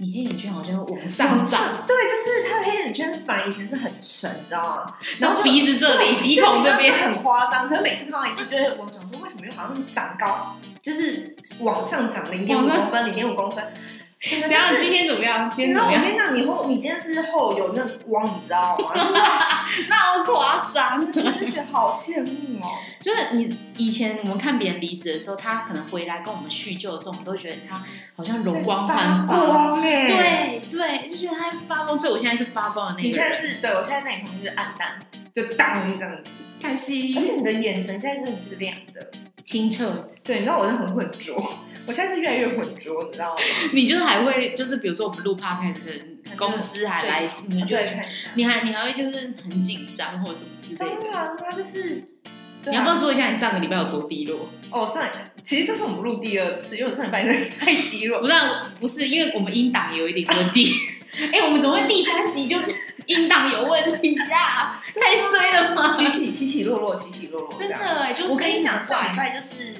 Speaker 1: 你黑眼圈好像有往上涨，
Speaker 2: 对，就是他的黑眼圈本来以前是很深，你知道吗？
Speaker 1: 然后
Speaker 2: 就
Speaker 1: 鼻子这里、
Speaker 2: 对
Speaker 1: 鼻孔这
Speaker 2: 就你知道
Speaker 1: 边，
Speaker 2: 很夸张，可是每次看到一次，就是我想说，为什么又好像长高，就是往上长零点五
Speaker 1: 往上
Speaker 2: 公分，零点五公分，真的
Speaker 1: 怎
Speaker 2: 就
Speaker 1: 样？
Speaker 2: 是
Speaker 1: 今天怎么样？今
Speaker 2: 你
Speaker 1: 天怎
Speaker 2: 知道
Speaker 1: 么
Speaker 2: 我
Speaker 1: 样？
Speaker 2: 跟你讲，你后你今天是后有那个光，你知道吗？ [laughs] 就
Speaker 1: 那好夸张，
Speaker 2: 是我就觉得好羡慕哦。
Speaker 1: 就是你以前我们看别人离职的时候，他可能回来跟我们叙旧的时候，我们都会觉得他好像容光焕
Speaker 2: 发
Speaker 1: 发。
Speaker 2: 光哎、，
Speaker 1: 对对，就觉得他在发光，所以我现在是发光的那
Speaker 2: 你
Speaker 1: 个
Speaker 2: 现在
Speaker 1: 人，
Speaker 2: 是对我现在在你旁边就是暗淡，就当这样子，
Speaker 1: 开心
Speaker 2: 而且你的眼神现在真的是亮的。
Speaker 1: 清澈
Speaker 2: 对，你知道我是很浑浊，我现在是越来越浑浊，你知道吗？
Speaker 1: 你就是还会，就是比如说我们录 podcast，可能公司还来信，你就
Speaker 2: 对，
Speaker 1: 会
Speaker 2: 看一下。
Speaker 1: 你还你还会就是很紧张或者什么之类
Speaker 2: 当
Speaker 1: 的。
Speaker 2: 然啦，就是。对
Speaker 1: 你
Speaker 2: 啊
Speaker 1: 要不要说一下你上个礼拜有多低落？
Speaker 2: 哦，上一其实这是我们录第二次，因为我上礼拜真的太低落
Speaker 1: 不，是啊，不是，因为我们音档也有一点问
Speaker 2: [laughs]
Speaker 1: 题。哎、我们怎么会第三集就音档有问题
Speaker 2: 啊
Speaker 1: 呀、太衰了吗？
Speaker 2: 起起起起落落，起起落落，
Speaker 1: 真
Speaker 2: 这
Speaker 1: 的
Speaker 2: 样
Speaker 1: 哎、就
Speaker 2: 我
Speaker 1: 声
Speaker 2: 跟你
Speaker 1: 音
Speaker 2: 讲，
Speaker 1: 很
Speaker 2: 上礼
Speaker 1: 怪。
Speaker 2: 拜就是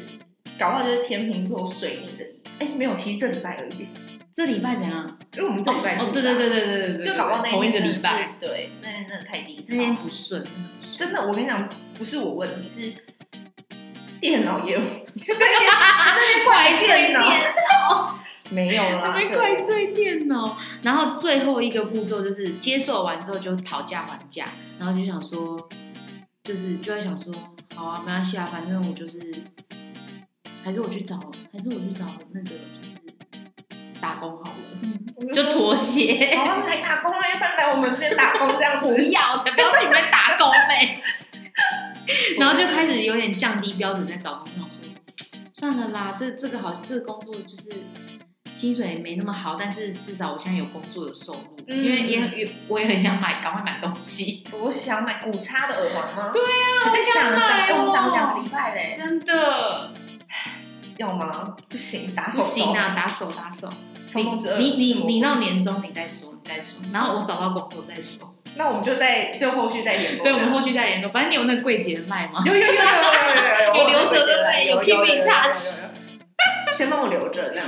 Speaker 2: 搞不好就是天秤座水逆的一周，哎、没有，其实这礼拜有一点，
Speaker 1: 这礼拜怎样？
Speaker 2: 因为我们这礼拜啊
Speaker 1: 哦，对对对对对对对，
Speaker 2: 就搞不好那
Speaker 1: 同一
Speaker 2: 天
Speaker 1: 个
Speaker 2: 真
Speaker 1: 礼
Speaker 2: 的
Speaker 1: 拜，
Speaker 2: 是，对，那天真的太低
Speaker 1: 那天
Speaker 2: 潮，
Speaker 1: 不顺，
Speaker 2: 真的，我跟你讲，不是我问题，是电脑也有，
Speaker 1: 怪
Speaker 2: 电
Speaker 1: 罪
Speaker 2: 脑
Speaker 1: 电
Speaker 2: 没有啦，
Speaker 1: 被
Speaker 2: 对
Speaker 1: 怪罪电脑。然后最后一个步骤就是接受完之后就讨价还价，然后就想说，就是就会想说，好啊，没关系啊，反正我就是，还是我去找，还是我去找那个就是打工好了，
Speaker 2: 嗯
Speaker 1: 就妥协。
Speaker 2: 好啊，来打工啊，要不然来我们这边打工这样
Speaker 1: 不
Speaker 2: 子。
Speaker 1: 要，才不要去里面打工呗。 [laughs] 然后就开始有点降低标准在找工作，说算了啦，这这个好，这个工作就是薪水没那么好，但是至少我现在有工作有收入，
Speaker 2: 嗯
Speaker 1: 因为也很也我也很想买，赶快买东西。
Speaker 2: 我想买古叉的耳环吗？对呀、我在
Speaker 1: 好
Speaker 2: 想
Speaker 1: 想买
Speaker 2: 想，
Speaker 1: 哦
Speaker 2: 我们想两个礼拜嘞，
Speaker 1: 真的
Speaker 2: 要吗？不行，打
Speaker 1: [laughs]
Speaker 2: 手
Speaker 1: 不行
Speaker 2: 手，
Speaker 1: 啊，打手打手，
Speaker 2: 冲动之二
Speaker 1: 你你
Speaker 2: 是我
Speaker 1: 你到年终你再说，你再说，然后我找到工作再说。
Speaker 2: 那我们就在就后续再联
Speaker 1: [laughs]
Speaker 2: 络。
Speaker 1: 对，啊我们后续再联络。反正你有那个柜姐的赖吗？
Speaker 2: 有有有有有有
Speaker 1: 有留着对不对有 keep in touch
Speaker 2: 先帮我留着这样。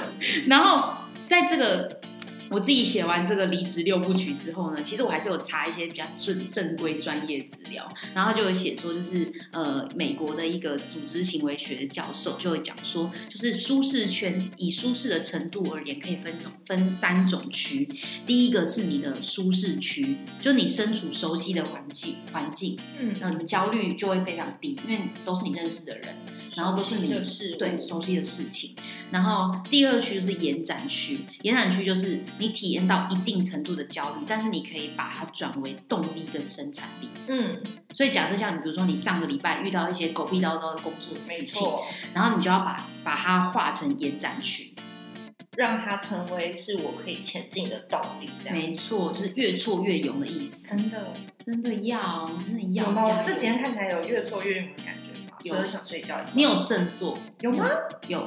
Speaker 1: 然后在这个我自己写完这个离职六部曲之后呢，其实我还是有查一些比较正正规专业资料，然后就有写说，就是呃，美国的一个组织行为学教授就会讲说，就是舒适圈以舒适的程度而言，可以分种分三种区。第一个是你的舒适区，就你身处熟悉的环境环境，
Speaker 2: 嗯，
Speaker 1: 那你焦虑就会非常低，因为都是你认识的人，然后都是你
Speaker 2: 熟悉的事物
Speaker 1: 对熟悉的事情。然后第二区就是延展区，延展区就是你体验到一定程度的焦虑，但是你可以把它转为动力跟生产力。
Speaker 2: 嗯，
Speaker 1: 所以假设像你，比如说你上个礼拜遇到一些狗屁叨叨的工作
Speaker 2: 没
Speaker 1: 事情，
Speaker 2: 错，
Speaker 1: 然后你就要把把它化成延展区。
Speaker 2: 让它成为是我可以前进的动力，这样。
Speaker 1: 没错，就是越挫越勇的意思。
Speaker 2: 真的，
Speaker 1: 真的要，你真的
Speaker 2: 有
Speaker 1: 要
Speaker 2: 吗？
Speaker 1: 加
Speaker 2: 我
Speaker 1: 油
Speaker 2: 这几天看起来有越挫越勇的感觉吗？
Speaker 1: 有
Speaker 2: 所以我想睡觉。
Speaker 1: 你有振作？
Speaker 2: 有吗？
Speaker 1: 有，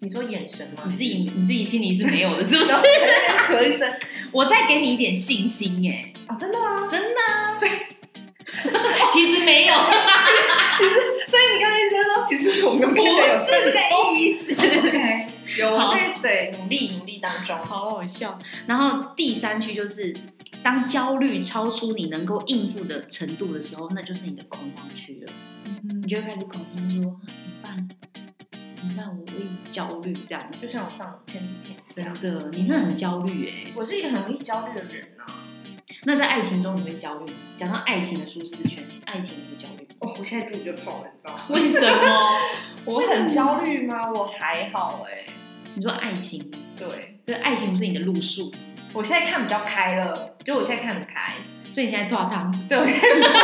Speaker 2: 你说眼神吗？
Speaker 1: 你自己你自己心里是没有的，是 [laughs] 不是？
Speaker 2: 咳一声
Speaker 1: 我再给你一点信心耶、
Speaker 2: 啊，真的吗？
Speaker 1: 真的、啊
Speaker 2: 所以
Speaker 1: [laughs] 其实
Speaker 2: [laughs]
Speaker 1: 没有，
Speaker 2: 其实，所以你刚才一直在说，其实我没有跟你有
Speaker 1: 这个意思。
Speaker 2: OK，有，啊
Speaker 1: 好
Speaker 2: 我现在对努力努力当中。
Speaker 1: 好好笑。然后第三区就是当焦虑超出你能够应付的程度的时候，那就是你的恐慌区了。
Speaker 2: 嗯
Speaker 1: 你就会开始恐慌说啊怎么办？怎么办？我我一直焦虑这样
Speaker 2: 就
Speaker 1: 子，
Speaker 2: 像我上前几天这
Speaker 1: 真
Speaker 2: 样，
Speaker 1: 的，你真的很焦虑哎、
Speaker 2: 我是一个很容易焦虑的人啊。
Speaker 1: 那在爱情中你会焦虑吗？讲到爱情的舒适圈，爱情你会焦虑吗？
Speaker 2: [laughs] 哦，我现在肚子就痛了，你知道吗？
Speaker 1: 为什么？
Speaker 2: [laughs] 我很焦虑吗？我还好哎、
Speaker 1: 你说爱情，
Speaker 2: 对
Speaker 1: 这爱情不是你的路数，
Speaker 2: 我现在看比较开了，就我现在看很开，
Speaker 1: 所以你现在泡汤。
Speaker 2: [laughs] 对，我现在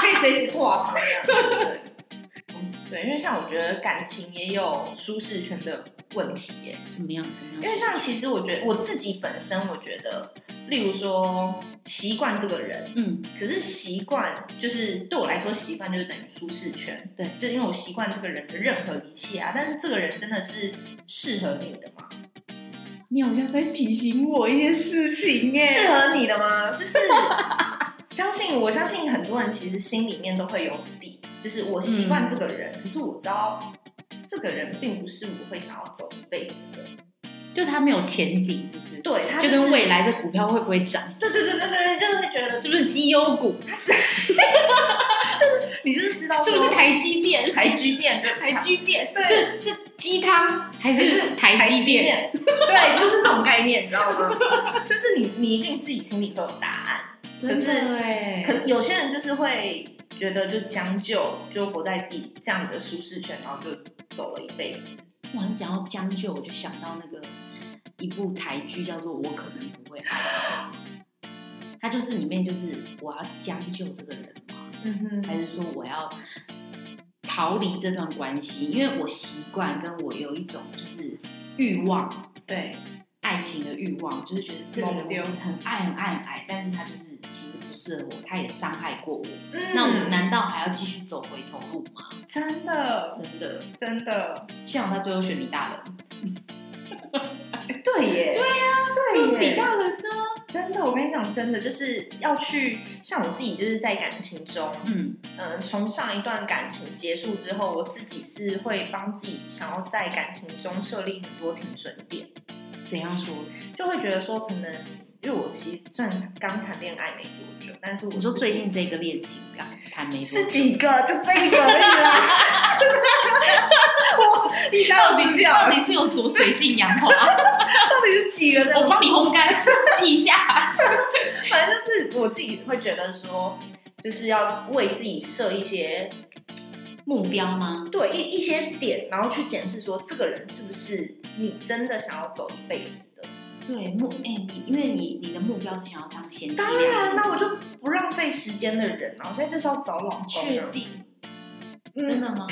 Speaker 2: 可以随时挂糖这样子。对嗯对，因为像我觉得感情也有舒适圈的问题耶、
Speaker 1: 什么样？怎么
Speaker 2: 因
Speaker 1: 样？
Speaker 2: 为像其实我觉得我自己本身，我觉得，例如说习惯这个人，
Speaker 1: 嗯，
Speaker 2: 可是习惯就是对我来说，习惯就是等于舒适圈。
Speaker 1: 对
Speaker 2: 就因为我习惯这个人的任何一切啊，但是这个人真的是适合你的吗？
Speaker 1: 你好像在提醒我一些事情
Speaker 2: 适合你的吗？就是 [laughs] 相信我，相信很多人其实心里面都会有底，就是我习惯这个人，
Speaker 1: 嗯
Speaker 2: 可是我知道这个人并不是我会想要走一辈子的。
Speaker 1: 就它没有前景，是不是？
Speaker 2: 对，他
Speaker 1: 就是跟未来这股票会不会涨，
Speaker 2: 对对对对对，就是会觉得
Speaker 1: 是不是绩优股，
Speaker 2: 你就是知道
Speaker 1: 是不
Speaker 2: 说
Speaker 1: 是台积电？
Speaker 2: 台积电对
Speaker 1: 台积电
Speaker 2: 对
Speaker 1: 是是鸡汤还是台积电？
Speaker 2: 电，对，就是这种概念，你知道吗？ [laughs] 就是你你一定自己心里都有答
Speaker 1: 真
Speaker 2: 可是
Speaker 1: 的哎
Speaker 2: 案，可有些人就是会觉得就将就，就活在自己这样的舒适圈，然后就走了一辈子。
Speaker 1: 哇，你讲到将就，我就想到那个一部台剧叫做《我可能不会爱你》，它就是里面就是我要将就这个人嘛，
Speaker 2: 嗯
Speaker 1: 还是说我要逃离这段关系？因为我习惯跟我有一种就是欲望，
Speaker 2: 对，
Speaker 1: 爱情的欲望，就是觉得这个人
Speaker 2: 懵
Speaker 1: 我
Speaker 2: 掉
Speaker 1: 是很爱很爱很爱，但是他就是其实不适合我，他也伤害过我，
Speaker 2: 嗯
Speaker 1: 那我难道还要继续走回头路吗？
Speaker 2: 真的
Speaker 1: 真的，
Speaker 2: 真的，
Speaker 1: 幸好他最后选李大人，
Speaker 2: 哎对耶，对呀、
Speaker 1: 就
Speaker 2: 对
Speaker 1: 是
Speaker 2: 耶，
Speaker 1: 李大人呢、
Speaker 2: 真的，我跟你讲，真的就是要去，像我自己就是在感情中，
Speaker 1: 嗯。
Speaker 2: 嗯，从上一段感情结束之后，我自己是会帮自己想要在感情中设立很多停损点，
Speaker 1: 嗯怎样说？
Speaker 2: 就会觉得说，可能因为我其实算刚谈恋爱没多久，但是我
Speaker 1: 你说
Speaker 2: 自
Speaker 1: 最
Speaker 2: 己
Speaker 1: 近这个恋情刚谈没多
Speaker 2: 是
Speaker 1: 久
Speaker 2: 几个？就这一个而已啦。 [laughs]
Speaker 1: [laughs]
Speaker 2: 我一下
Speaker 1: 到
Speaker 2: 都
Speaker 1: 底
Speaker 2: 停掉
Speaker 1: 到
Speaker 2: 了，
Speaker 1: 底是有多水性杨 [laughs] 花？
Speaker 2: 到底是几个呢？
Speaker 1: 我帮你烘干一下。 [laughs]
Speaker 2: 反正就是我自己会觉得说，就是要为自己设一些
Speaker 1: 目标吗？
Speaker 2: 对一一些点，然后去检视说，这个人是不是你真的想要走一辈子的。
Speaker 1: 对目哎、你因为你你的目标是想要当贤妻
Speaker 2: 当
Speaker 1: 良母
Speaker 2: 然，啦，我就不浪费时间的人啊！我现在就是要找老公、啊，
Speaker 1: 确定
Speaker 2: 嗯
Speaker 1: 真的吗？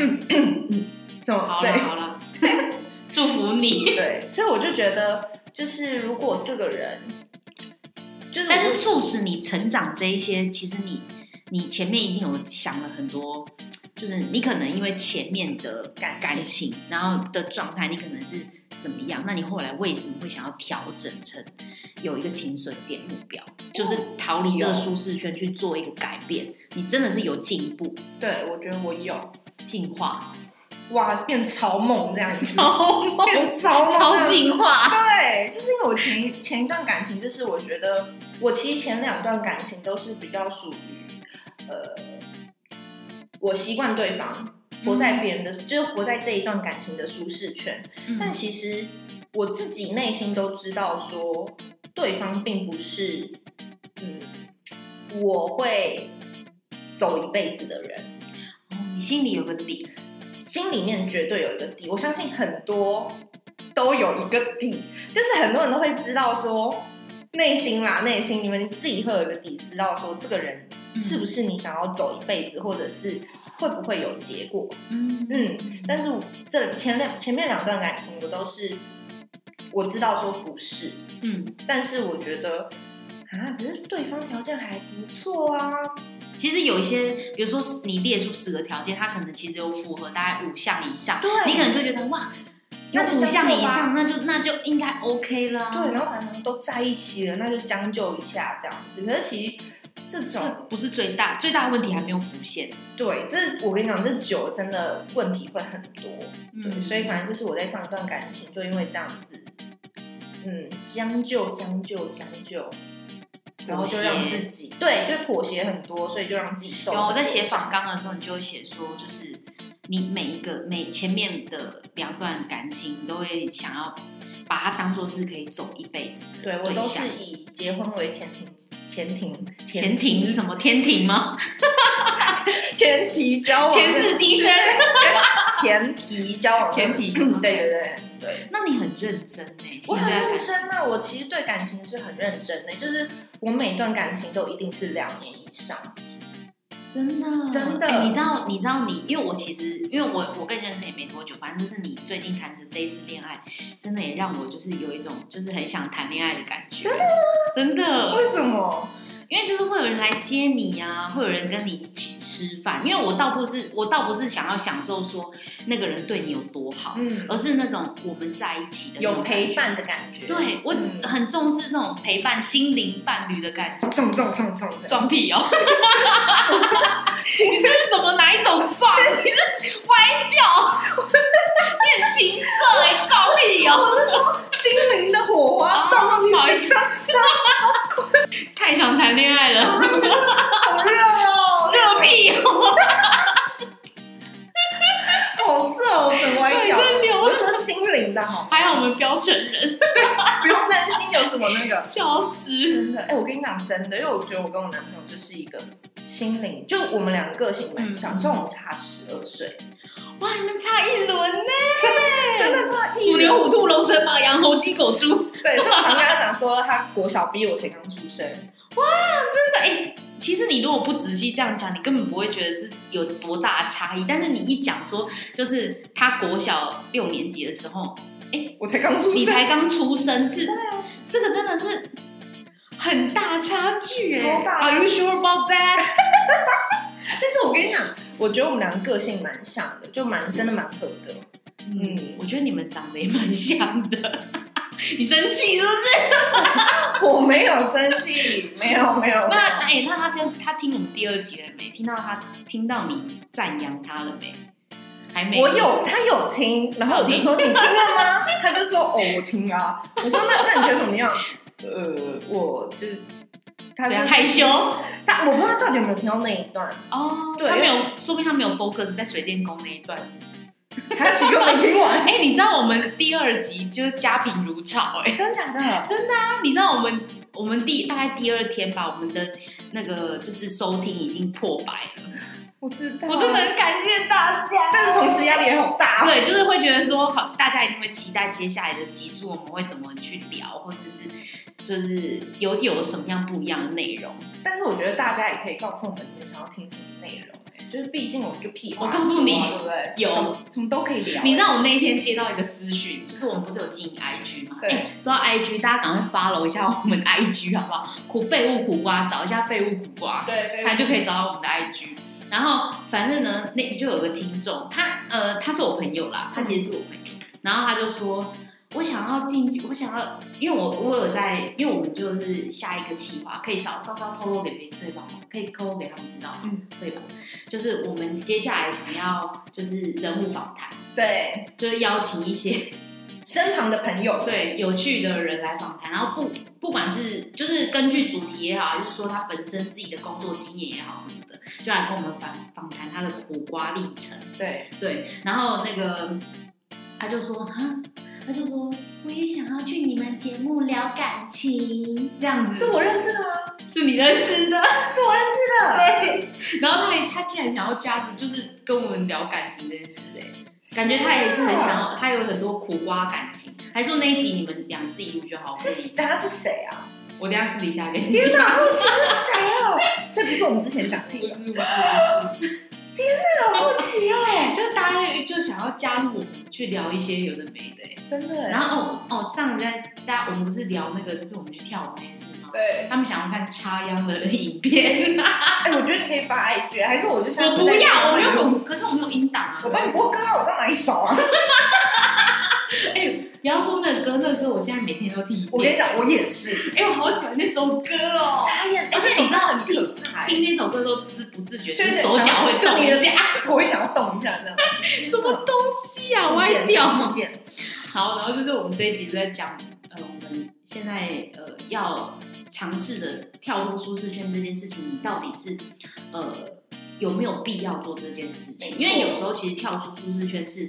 Speaker 2: 什么
Speaker 1: 好了
Speaker 2: 对
Speaker 1: 好了， [laughs] 祝福你。
Speaker 2: 对，所以我就觉得，就是如果这个人，就是
Speaker 1: 但是促使你成长这一些，其实你你前面一定有想了很多，就是你可能因为前面的
Speaker 2: 感情
Speaker 1: 感情，然后的状态，你可能是怎么样？那你后来为什么会想要调整成有一个停损点目标，就是
Speaker 2: 哦
Speaker 1: 逃离这个舒适圈去做一个改变？你真的是有进步、
Speaker 2: 对我觉得我有
Speaker 1: 进化、
Speaker 2: 哇，变超梦这样子，
Speaker 1: [laughs] 超
Speaker 2: 变超梦这
Speaker 1: 超
Speaker 2: 样子
Speaker 1: 进化，
Speaker 2: 对，就是因为我前一前一段感情，就是我觉得我其实前两段感情都是比较属于，呃，我习惯对方活
Speaker 1: 嗯
Speaker 2: 在别人的，就是活在这一段感情的舒适圈，但
Speaker 1: 嗯
Speaker 2: 其实我自己内心都知道，说对方并不是，嗯，我会走一辈子的人，
Speaker 1: 哦你心里有个底，
Speaker 2: 心里面绝对有一个底。我相信很多都有一个底，就是很多人都会知道说，内心啦，内心你们自己会有一个底，知道说这个人是不
Speaker 1: 是？
Speaker 2: 是你想要走一辈子，或者是会不会有结果。
Speaker 1: 嗯
Speaker 2: 嗯，但是我这前两前面两段感情，我都是我知道说不是，
Speaker 1: 嗯。
Speaker 2: 但是我觉得啊，可是对方条件还不错啊，
Speaker 1: 其实有一些，比如说你列出十个条件，它可能其实有符合大概五项以上，
Speaker 2: 对
Speaker 1: 你可能就觉得哇，有
Speaker 2: 那就
Speaker 1: 五项
Speaker 2: 将就吧
Speaker 1: 以上，那就那就应该 OK 啦。
Speaker 2: 对，，然后反正都在一起了，那就将就一下这样子。可是其实这
Speaker 1: 这
Speaker 2: 种
Speaker 1: 不是最大最大的问题还没有浮现。
Speaker 2: 对，这我跟你讲，这久了真的问题会很多，对，
Speaker 1: 嗯，
Speaker 2: 所以反正这是我在上一段感情就因为这样子，嗯，将就将就将就，然后就让自己对，就妥协很多，所以就让自己受。
Speaker 1: 有我在写访纲的时候，你就会写说，就是你每一个每前面的两段感情，你都会想要把它当做是可以走一辈子。
Speaker 2: 对我都是以结婚为前庭，前庭，
Speaker 1: 前庭是什么？天庭吗？
Speaker 2: 前提交往的
Speaker 1: 前世今生，
Speaker 2: [laughs] 前提交往的
Speaker 1: 前提
Speaker 2: [clears throat] 对对对对。
Speaker 1: 那你很认真哎、欸，
Speaker 2: 我
Speaker 1: 现
Speaker 2: 很
Speaker 1: 在
Speaker 2: 认
Speaker 1: 感
Speaker 2: 真啊，我其实对感情是很认真的，就是我每段感情都一定是两年以上。
Speaker 1: 真的
Speaker 2: 真的
Speaker 1: 哎你知道你知道你，因为我其实因为我我跟你认识也没多久，反正就是你最近谈的这一次恋爱，真的也让我就是有一种就是很想谈恋爱的感觉。真的真的，
Speaker 2: 什么？
Speaker 1: 因为就是会有人来接你啊，会有人跟你一起吃饭。因为我倒不是我倒不是想要享受说那个人对你有多好，
Speaker 2: 嗯，
Speaker 1: 而是那种我们在一起的那
Speaker 2: 有
Speaker 1: 种
Speaker 2: 陪
Speaker 1: 感觉。
Speaker 2: 伴的感觉。
Speaker 1: 对我
Speaker 2: 嗯
Speaker 1: 很重视这种陪伴心灵伴侣的感觉。
Speaker 2: 重重重重的，
Speaker 1: 装屁哦！ [laughs] 你这是什么哪一种装？你是歪掉？ [laughs] 你很情色哎、装屁哦！
Speaker 2: 心灵的火花撞到你
Speaker 1: 不好意
Speaker 2: 的
Speaker 1: 思
Speaker 2: 身上，
Speaker 1: 太想谈恋爱了，
Speaker 2: 好热哦，
Speaker 1: 热屁哦！
Speaker 2: 好色哦，整歪掉。
Speaker 1: 流
Speaker 2: 我是说心灵的哈，
Speaker 1: 还好我们标成人，
Speaker 2: 不用担心有什么那个。
Speaker 1: 笑死！
Speaker 2: 真的，哎、我跟你讲真的，因为我觉得我跟我男朋友就是一个心灵，就我们两个个性蛮像，
Speaker 1: 嗯
Speaker 2: 虽然我们差十二岁，
Speaker 1: 哇，你们差一轮呢、
Speaker 2: 真的差一
Speaker 1: 鼠牛虎兔龙蛇马羊猴鸡狗猪，
Speaker 2: 对，所以我常跟他讲说，他国小毕业我才刚出生，
Speaker 1: 真的哎、其实你如果不仔细这样讲，你根本不会觉得是有多大的差异。但是你一讲说，就是他国小六年级的时候，
Speaker 2: 我才刚出
Speaker 1: 你
Speaker 2: 生，
Speaker 1: 才刚出生，是
Speaker 2: 啊
Speaker 1: 这个真的是很大差距耶、
Speaker 2: 超大
Speaker 1: Are you sure about that？
Speaker 2: [laughs] 但是我跟你讲，我觉得我们两个个性蛮像的，就蛮真的蛮合的。
Speaker 1: 嗯，我觉得你们长得也蛮像的。 [laughs] 你生气是不是？
Speaker 2: [laughs] 我没有生气，没有没有，
Speaker 1: 那哎、那他听他听我们第二集了没？听到他听到你赞扬他了没？还没。
Speaker 2: 我有，他有听，然后我就说你听
Speaker 1: [laughs]
Speaker 2: 了吗？他就说哦，我听啊。我说那 [laughs] 那你觉得怎么样？呃，我就是他
Speaker 1: 怎
Speaker 2: 就
Speaker 1: 样害羞，
Speaker 2: 他我不知道他到底有没有听到那一段，
Speaker 1: 哦，
Speaker 2: 对
Speaker 1: 他没有，说明他没有 focus 在水电工那一段。
Speaker 2: 他其实根本没听
Speaker 1: [laughs]
Speaker 2: 完。
Speaker 1: 哎、你知道我们第二集就是家贫如潮哎、
Speaker 2: 真假的？
Speaker 1: 你知道我们我们第大概第二天吧，我们的那个就是收听已经破百了，
Speaker 2: 我知道，
Speaker 1: 我真的，很感谢大家。
Speaker 2: 啊但是同时压力也好大。
Speaker 1: 对，就是会觉得说，好，大家一定会期待接下来的集数，我们会怎么去聊，或者是就是有有什么样不一样的内容。
Speaker 2: 但是我觉得大家也可以告诉我们你们想要听什么内容、欸，就是毕竟我们就屁话，
Speaker 1: 我告诉你
Speaker 2: 对不对？
Speaker 1: 有
Speaker 2: 什么什么都可以聊、
Speaker 1: 你知道我那一天接到一个私讯，就是我们不是有经营 IG 嘛？
Speaker 2: 对
Speaker 1: 哎说到 IG，大家赶快 follow 一下我们的 IG 好不好？苦废物苦瓜，找一下废物苦瓜。
Speaker 2: 对，对，
Speaker 1: 他就可以找到我们的 IG。然后反正呢，那就有个听众，他呃他是我朋友啦，他其实是我朋友。然后他就说，我想要进，我想要，因为我我有在，因为我们就是下一个企划，可以稍稍稍透露给别对方吗？可以透露给他们知道吗？
Speaker 2: 嗯，
Speaker 1: 对吧？就是我们接下来想要就是人物访谈，
Speaker 2: 对
Speaker 1: 就是邀请一些
Speaker 2: 身旁的朋友，
Speaker 1: 对有趣的人来访谈，然后不不管是就是根据主题也好，还是说他本身自己的工作经验也好什么的，就来跟我们访访谈他的苦瓜历程。
Speaker 2: 对，
Speaker 1: 对，然后那个他就说啊，他就说我也想要去你们节目聊感情，这样
Speaker 2: 是
Speaker 1: 子
Speaker 2: 我认识的吗？
Speaker 1: 是你认识的，
Speaker 2: 是我认识的，
Speaker 1: [laughs] 对。然后他还他竟然想要加入，就是跟我们聊感情这件事、哎。感觉他也是啊很想要，他有很多苦瓜感情，还说那一集你们俩自己录就好。
Speaker 2: 是谁。是他是谁啊？
Speaker 1: 我等一下私底下给你
Speaker 2: 天
Speaker 1: 讲。
Speaker 2: 哪，好奇是谁哦？所以不是我们之前讲那
Speaker 1: 不
Speaker 2: 个，
Speaker 1: 是不是，不
Speaker 2: 真的好好奇哦，
Speaker 1: 是就大家就想要加入我们去聊一些有的没的欸、
Speaker 2: 真的耶。
Speaker 1: 然后哦哦，上礼拜大家我们不是聊那个，就是我们去跳舞那次吗？
Speaker 2: 对，
Speaker 1: 他们想要看插秧的影片，
Speaker 2: 哎，我觉得你可以发 IG，还是 [laughs] 我就下
Speaker 1: 我
Speaker 2: 次
Speaker 1: 不
Speaker 2: 再
Speaker 1: 要，我
Speaker 2: 帮你
Speaker 1: 又没
Speaker 2: 录
Speaker 1: 有，可是我没有音档啊。
Speaker 2: 我帮你播歌啊，我知道哪一首啊。
Speaker 1: 哎、不要说那个歌，那个歌我现在每天都听一遍。
Speaker 2: 我跟你讲，我也是。
Speaker 1: 哎、我好喜欢那首歌哦。
Speaker 2: 傻眼，
Speaker 1: 而且你知道
Speaker 2: 很可怕，
Speaker 1: 听那首歌的时候，知不自觉
Speaker 2: 就
Speaker 1: 就是是手脚会动一下，哎
Speaker 2: 我会想要动一下这样。
Speaker 1: 什么东西啊，歪掉。好，然后就是我们这一集就在讲，呃，我们现在呃要尝试着跳出舒适圈这件事情，你到底是呃有没有必要做这件事情？因为有时候其实跳出舒适圈是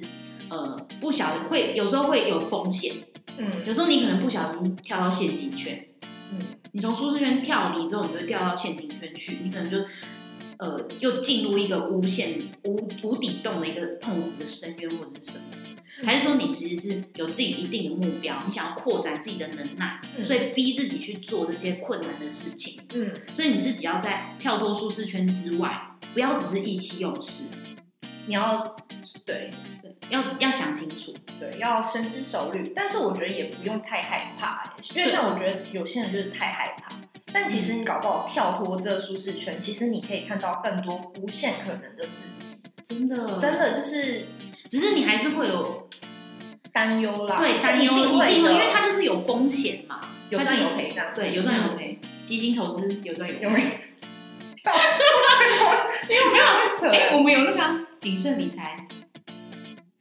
Speaker 1: 呃不小得会有时候会有风险，
Speaker 2: 嗯
Speaker 1: 有时候你可能不小心跳到陷阱圈，
Speaker 2: 嗯，
Speaker 1: 你从舒适圈跳离之后，你就会掉到陷阱圈去，你可能就呃又进入一个无限无无底洞的一个痛苦的深渊或者是什么。还是说你其实是有自己一定的目标，你想要扩展自己的能耐，
Speaker 2: 嗯
Speaker 1: 所以逼自己去做这些困难的事情。
Speaker 2: 嗯
Speaker 1: 所以你自己要在跳脱舒适圈之外，不要只是意气用事，
Speaker 2: 你要对
Speaker 1: 对，要要想清楚。
Speaker 2: 对要深思熟虑，但是我觉得也不用太害怕、因为像我觉得有些人就是太害怕。但其实
Speaker 1: 嗯
Speaker 2: 你搞不好跳脱这个舒适圈，其实你可以看到更多无限可能的自己。
Speaker 1: 真的，
Speaker 2: 真，的就是
Speaker 1: 只是你还是会有
Speaker 2: 担忧啦，
Speaker 1: 对担忧，一定
Speaker 2: 会的
Speaker 1: 会，因为它就是有风险嘛，
Speaker 2: 有
Speaker 1: 它就
Speaker 2: 赚
Speaker 1: 是
Speaker 2: 有赔这样。
Speaker 1: 对，有赚有赔，基金投资有赚有赔
Speaker 2: 有。
Speaker 1: [laughs]
Speaker 2: 没有？
Speaker 1: 没有没有，
Speaker 2: 扯
Speaker 1: 哎、我们有那个啊谨慎理财，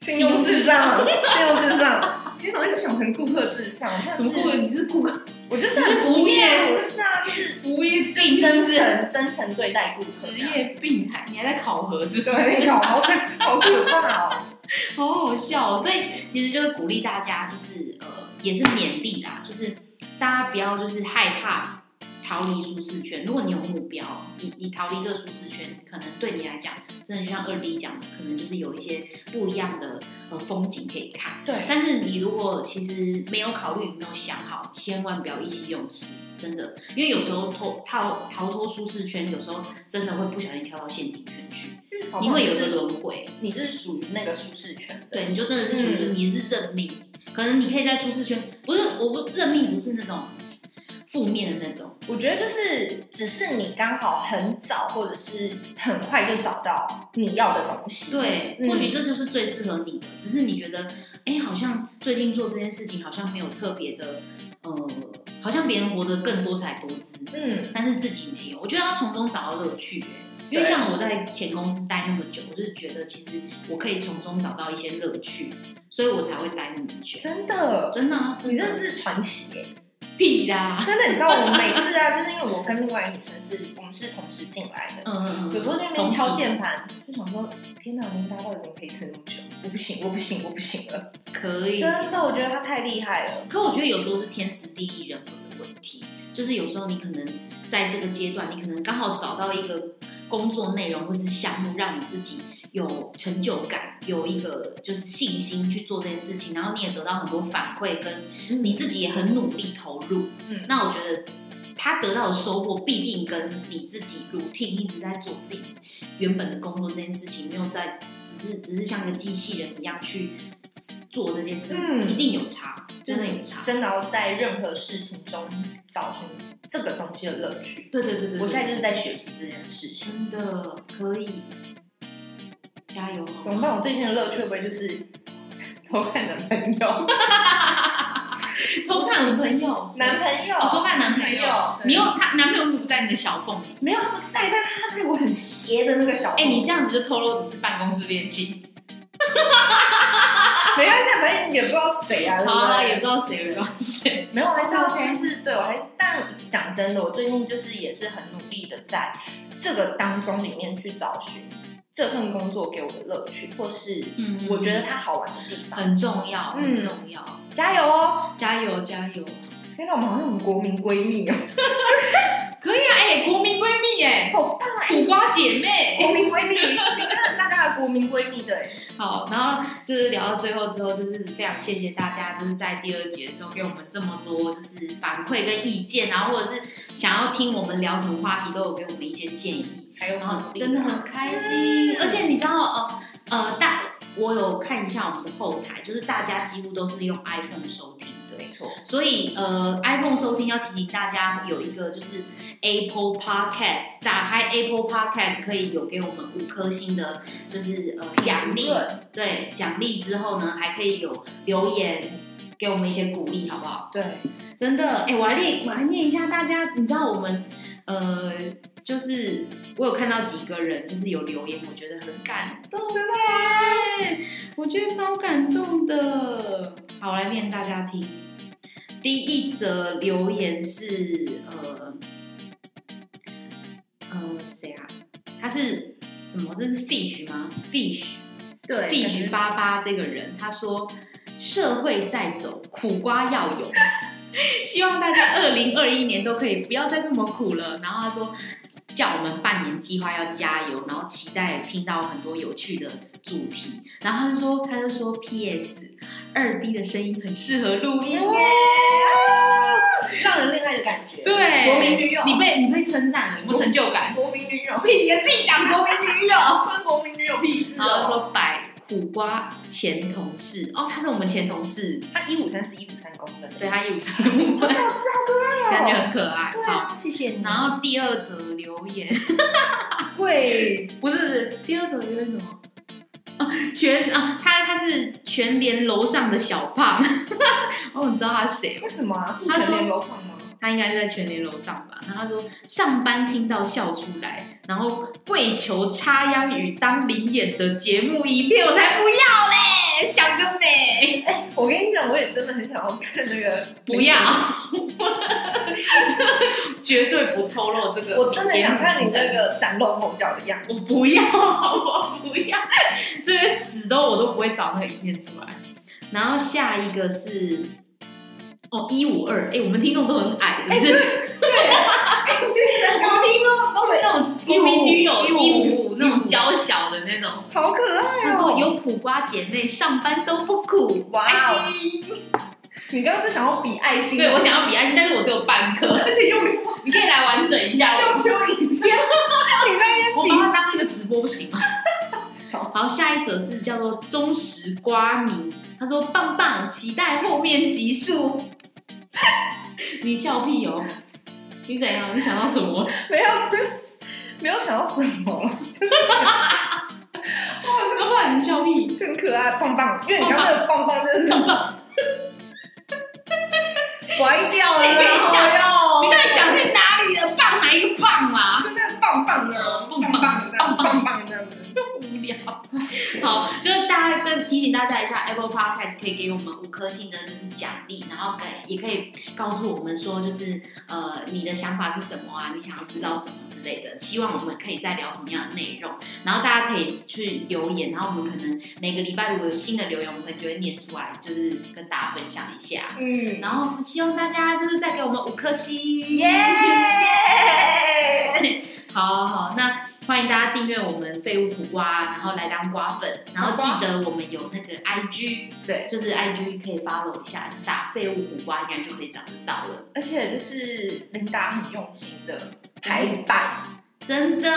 Speaker 2: 信用
Speaker 1: [laughs]
Speaker 2: 至上，信用至上。因为老是想成顾客至上，但
Speaker 1: 什么
Speaker 2: 是
Speaker 1: 顾问？你是顾客，
Speaker 2: 我就是
Speaker 1: 你是
Speaker 2: 很
Speaker 1: 服务业
Speaker 2: 不是啊，就是
Speaker 1: 服务业
Speaker 2: 最
Speaker 1: 病
Speaker 2: 真
Speaker 1: 是
Speaker 2: 诚、真诚对待顾客，
Speaker 1: 职业病态，你还在考核是不是？
Speaker 2: 对，搞好好可怕哦。
Speaker 1: [laughs] 好好笑、哦，所以其实就是鼓励大家，就是呃，也是勉励啦，就是大家不要就是害怕逃离舒适圈。如果你有目标，你你逃离这个舒适圈，可能对你来讲，真的就像二 D 讲的，可能就是有一些不一样的呃风景可以看。
Speaker 2: 对，
Speaker 1: 但是你如果其实没有考虑、没有想好，千万不要意气用事，真的，因为有时候脱逃逃脱舒适圈，有时候真的会不小心跳到陷阱圈去，
Speaker 2: 哦
Speaker 1: 你会有一个轮回。
Speaker 2: 你是属于那个舒适圈的，
Speaker 1: 对，你就真的是属于、
Speaker 2: 嗯
Speaker 1: 你是认命，可能你可以在舒适圈，不是我不认命，不是那种负面的那种，
Speaker 2: 我觉得就是只是你刚好很早或者是很快就找到你要的东西。
Speaker 1: 对，
Speaker 2: 嗯
Speaker 1: 或许这就是最适合你的，只是你觉得，哎、好像最近做这件事情好像没有特别的，呃，好像别人活得更多彩多姿，
Speaker 2: 嗯，
Speaker 1: 但是自己没有，我觉得要从中找到乐趣、哎因为
Speaker 2: 对
Speaker 1: 像我在前公司待那么久，我就是觉得其实我可以从中找到一些乐趣，所以我才会待那么久。
Speaker 2: 真的，
Speaker 1: 真的、啊，
Speaker 2: 你
Speaker 1: 真
Speaker 2: 真
Speaker 1: 的
Speaker 2: 的是传奇耶！
Speaker 1: 屁啦！
Speaker 2: 真的，你知道我们每次啊，就是因为我跟另外一个女生是我们是同时进来的，
Speaker 1: 嗯嗯嗯，
Speaker 2: 有时候就在那
Speaker 1: 同
Speaker 2: 边
Speaker 1: 期
Speaker 2: 敲键盘，就想说天哪，琳达到底怎么可以撑那么久？我不行，我不行，我不行了！
Speaker 1: 可以，
Speaker 2: 真的，我觉得她太厉害了。
Speaker 1: 可我觉得有时候是天时地利人和的问题，就是有时候你可能在这个阶段，你可能刚好找到一个工作内容或是项目，让你自己有成就感，有一个就是信心去做这件事情，然后你也得到很多反馈，跟你自己也很努力投入。
Speaker 2: 嗯
Speaker 1: 那我觉得。他得到的收获必定跟你自己 routine 一直在做自己原本的工作这件事情，没有在只是只是像个机器人一样去做这件事，
Speaker 2: 嗯
Speaker 1: 一定有差，真的有差。
Speaker 2: 真的要在任何事情中找出这个东西的乐趣。
Speaker 1: 对对对对，
Speaker 2: 我现在就是是在学习这件事情。
Speaker 1: 真的可以加油，
Speaker 2: 怎么办？我最近的乐趣会不会就是偷看男朋友？
Speaker 1: 偷看男朋友，
Speaker 2: [laughs] 男朋友
Speaker 1: 哦，偷看男朋友，哦
Speaker 2: 对
Speaker 1: 你又他男朋友不在你的小缝里，
Speaker 2: 没有他不在，但他在我很斜的那个小缝。
Speaker 1: 哎，你这样子就透露你是办公室恋情，
Speaker 2: 没关系，反正也不知道谁啊，对不
Speaker 1: 啊，
Speaker 2: 对？
Speaker 1: 也不知道谁惹到谁，
Speaker 2: 没有，还是要
Speaker 1: OK
Speaker 2: 就是对我还是，但讲真的，我最近就是也是很努力的在这个当中里面去找寻这份工作给我的乐趣，或是
Speaker 1: 嗯
Speaker 2: 我觉得它好玩的地方。
Speaker 1: 很重要，
Speaker 2: 嗯
Speaker 1: 很重要，
Speaker 2: 加油哦！
Speaker 1: 加油加油，
Speaker 2: 天哪，我们好像我们国民闺蜜哦，
Speaker 1: 可以啊，哎，国民闺蜜哎，
Speaker 2: 好
Speaker 1: [laughs]
Speaker 2: 棒啊！
Speaker 1: 苦瓜姐妹，
Speaker 2: 国民闺蜜，你看大家的国民闺蜜对，
Speaker 1: 好，然后就是聊到最后之后，就是非常谢谢大家，就是在第二节的时候给我们这么多就是反馈跟意见，然后或者是想要听我们聊什么话题，都有给我们一些建议，
Speaker 2: 还有
Speaker 1: 然后真的很开心。而且你知道，呃呃，大我有看一下我们的后台，就是大家几乎都是用 iPhone 收听的，
Speaker 2: 没错，
Speaker 1: 所以呃，iPhone 收听要提醒大家有一个就是 Apple Podcast，打开 Apple Podcast 可以有给我们五颗星的，就是呃奖励，对，奖励之后呢，还可以有留言给我们一些鼓励，好不好？
Speaker 2: 对，
Speaker 1: 真的，哎、我来念，我来念一下大家，你知道我们呃，就是我有看到几个人就是有留言，我觉得很感动，真的我觉得超感动的。好，我来念大家听。第一则留言是呃，谁啊？他是什么？这是 Fish 吗？Fish
Speaker 2: 对，
Speaker 1: Fish 八八这个人，他说社会在走，苦瓜要有。 [laughs] 希望大家二零二一年都可以不要再这么苦了。然后他说，叫我们半年计划要加油，然后期待听到很多有趣的主题。然后他就说，他就说 P.S. 二 D 的声音很适合录音
Speaker 2: 哦
Speaker 1: 耶。
Speaker 2: 让人恋爱的感觉，
Speaker 1: 对，
Speaker 2: 国民女友，
Speaker 1: 你被你被称赞了，有没有成就感？
Speaker 2: 国民女友 [laughs] 屁，你自己讲国民女友，关国民女友屁事
Speaker 1: 然后
Speaker 2: 哦。
Speaker 1: 说百苦瓜前同事，哦，他是我们前同事，
Speaker 2: 他一五三是一五三公分的，
Speaker 1: 对他有三公
Speaker 2: 我
Speaker 1: 分，
Speaker 2: 想知道
Speaker 1: 感觉很可爱。
Speaker 2: 哦对
Speaker 1: 好，
Speaker 2: 啊，谢谢你。
Speaker 1: 然后第二则留言。
Speaker 2: 贵
Speaker 1: 不是不是，第二种因为什么？啊，全啊，他他是全联楼上的小胖， [laughs] 哦，你知道他是谁吗？
Speaker 2: 为什么啊？住
Speaker 1: 他
Speaker 2: 全
Speaker 1: 说
Speaker 2: 联楼上吗？
Speaker 1: 他应该是在全联楼上吧。然后他说上班听到笑出来，然后跪求插秧与当灵演的节目影片，我才不要嘞，想得美，
Speaker 2: 我跟你讲，我也真的很想要看那个，
Speaker 1: 不要， [laughs] 绝对不透露这个，
Speaker 2: 我真的想看你那。个崭露头角的样
Speaker 1: [laughs]
Speaker 2: 子。
Speaker 1: 我不要，我不要， [laughs] 这边死都我都不会找那个影片出来。然后下一个是哦一五二，哎，我们听众都很矮，是不是？
Speaker 2: 哎，你这身高
Speaker 1: 听众都是那种国民女友一
Speaker 2: 155
Speaker 1: 五五那种娇小的那种。
Speaker 2: 好可爱
Speaker 1: 他
Speaker 2: 哦！
Speaker 1: 说有苦瓜姐妹上班都不苦，
Speaker 2: 哇哦
Speaker 1: 爱心。
Speaker 2: 你刚刚是想要比爱心，
Speaker 1: 对，我想要比爱心，但是我只有半颗，
Speaker 2: 而且又没有
Speaker 1: [laughs] 你可以来完整一下我。
Speaker 2: 又没有
Speaker 1: [laughs]
Speaker 2: 影片，你在那
Speaker 1: 我
Speaker 2: 边
Speaker 1: 把
Speaker 2: 比
Speaker 1: 它当一个直播不行吗？
Speaker 2: 好
Speaker 1: 好，下一则是叫做忠实瓜迷，他说棒棒，期待后面集数。 [laughs] 你笑屁哦！你怎样？你想到什么？
Speaker 2: 没有没有想到什么，就是
Speaker 1: 要不然你笑屁。
Speaker 2: 就很可爱，棒棒。因为你刚刚那个棒棒真的
Speaker 1: 棒棒，
Speaker 2: 是歪掉了
Speaker 1: 自己可以想
Speaker 2: 哟
Speaker 1: 你到底想去哪里了？棒哪一个棒啦、
Speaker 2: 就那个棒棒啊，
Speaker 1: 棒
Speaker 2: 棒
Speaker 1: 棒
Speaker 2: 棒的，
Speaker 1: 棒棒
Speaker 2: 棒棒这样子。
Speaker 1: 无聊。好，就是大家跟提醒大家一下，Apple Podcast 可以给我们五颗星的，就是奖励，然后给也可以告诉我们说，就是呃你的想法是什么啊，你想要知道什么之类的，希望我们可以再聊什么样的内容，然后大家可以去留言，然后我们可能每个礼拜如果有新的留言，我们可能就会念出来，就是跟大家分享一下。
Speaker 2: 嗯，
Speaker 1: 然后希望大家就是再给我们五颗星，
Speaker 2: 耶！
Speaker 1: 好好，好，那欢迎大家订阅我们废物苦瓜，然后来当瓜粉，然后记得我们有那个 IG，
Speaker 2: 对，
Speaker 1: 就是 IG 可以 follow 一下，打废物苦瓜应该就可以找得到了。
Speaker 2: 而且就是琳达很用心的排版。
Speaker 1: 真的，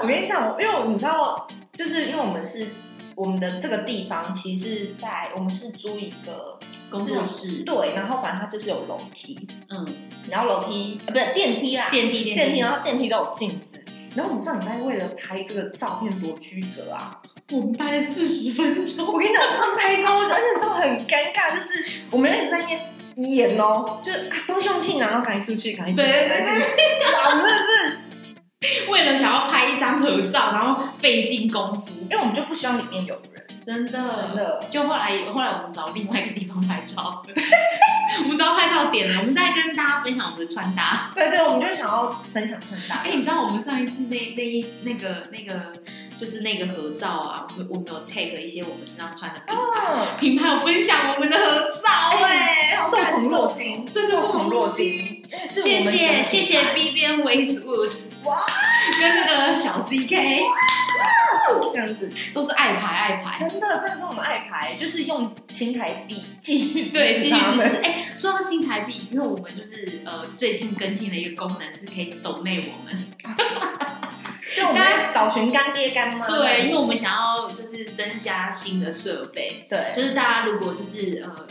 Speaker 2: 我跟你讲，我因为你知道，就是因为我们是我们的这个地方，其实是在我们是租一个
Speaker 1: 工作室，
Speaker 2: 对，然后反正它就是有楼梯，
Speaker 1: 嗯，
Speaker 2: 然后楼梯呃不是电梯啦，
Speaker 1: 电梯
Speaker 2: 电
Speaker 1: 电
Speaker 2: 梯，
Speaker 1: 梯，
Speaker 2: 然后电梯都有镜子。然后我们上礼拜为了拍这个照片多曲折啊！
Speaker 1: 我们拍了四十分钟，
Speaker 2: 我跟你讲，我们拍超久，而且你知道很尴尬，就是我们一直在那边演哦，就是啊东西忘记拿，然后赶紧出去，赶紧
Speaker 1: 对对对
Speaker 2: 对，哇，我们真的是，
Speaker 1: 为了想要拍一张合照，然后费尽功夫
Speaker 2: 因，为我们就不希望里面有人，
Speaker 1: 真的，
Speaker 2: 真的。
Speaker 1: 就后来，后来我们找另外一个地方拍照， [laughs] 我们找到拍照点了，我们再跟大家分享我们的穿搭。
Speaker 2: 对对，我们就想要分享穿搭。
Speaker 1: 哎、你知道我们上一次那那一那个那个就是那个合照啊，我们我们有 take 一些我们身上穿的品牌，
Speaker 2: 嗯，
Speaker 1: 品牌有分享我们的合照哎、好
Speaker 2: 受
Speaker 1: 感
Speaker 2: 宠
Speaker 1: 动
Speaker 2: 若惊，
Speaker 1: 这就是
Speaker 2: 受宠若惊。是我
Speaker 1: 谢
Speaker 2: 们
Speaker 1: 谢
Speaker 2: 的
Speaker 1: 谢谢 Vivian Westwood，
Speaker 2: 哇，
Speaker 1: 跟那个小 CK
Speaker 2: 这样子，
Speaker 1: 都是爱牌爱牌，
Speaker 2: 真的真的是我们爱牌，就是用新台币继续
Speaker 1: 对，继续
Speaker 2: 他
Speaker 1: 支
Speaker 2: 们
Speaker 1: 持。哎、说到新台币，因为我们就是呃最近更新了一个功能，是可以抖内我们。
Speaker 2: 就我们在找寻干爹干妈。
Speaker 1: 对，因为我们想要就是增加新的设备，
Speaker 2: 对，
Speaker 1: 就是大家如果就是呃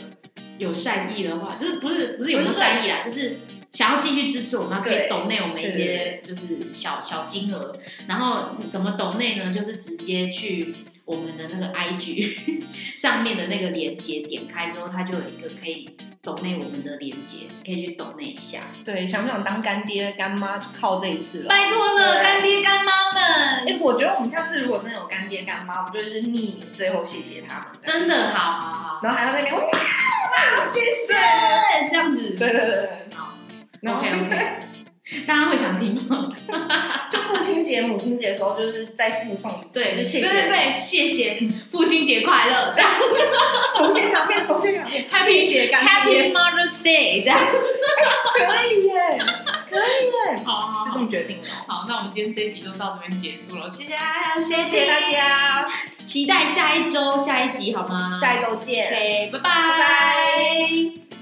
Speaker 1: 有善意的话，就是不是不是有没有
Speaker 2: 不是善
Speaker 1: 善意啦，就是。想要继续支持我们，可以
Speaker 2: 对
Speaker 1: 抖内我们一些
Speaker 2: 对
Speaker 1: 就是小小金额，然后怎么抖内呢？就是直接去我们的那个 IG [laughs] 上面的那个连接点开之后，它就有一个可以抖内我们的连接，可以去抖内一下。
Speaker 2: 对，想不想当干爹干妈就靠这一次了。
Speaker 1: 拜托了，
Speaker 2: 对
Speaker 1: 干爹干妈们，
Speaker 2: 哎，我觉得我们下次如果真的有干爹干妈，我们就是匿名，最后谢谢他们，
Speaker 1: 真的哦好好好，
Speaker 2: 然后还要在那边哇哇谢谢。
Speaker 1: 对，这样子，
Speaker 2: 对对对对，
Speaker 1: 好
Speaker 2: 然后
Speaker 1: OK OK，大家会想听吗？
Speaker 2: 就父亲节、母亲节的时候，就是再附送一次
Speaker 1: 对，
Speaker 2: 就谢
Speaker 1: 对对
Speaker 2: 谢。
Speaker 1: 对，谢谢，父亲节快乐，这样
Speaker 2: 手写卡片，手写
Speaker 1: [laughs]
Speaker 2: 卡片，谢谢感谢，
Speaker 1: Happy Mother's Day，这样。
Speaker 2: 可以耶，可以耶，
Speaker 1: 好好
Speaker 2: [laughs] 就这
Speaker 1: 好
Speaker 2: 么决定了。
Speaker 1: 好，那我们今天这一集就到这边结束了，谢谢大家，谢
Speaker 2: 谢谢大，家，
Speaker 1: 期待下一周下一集好吗？
Speaker 2: 下一周见。
Speaker 1: OK，拜拜
Speaker 2: 拜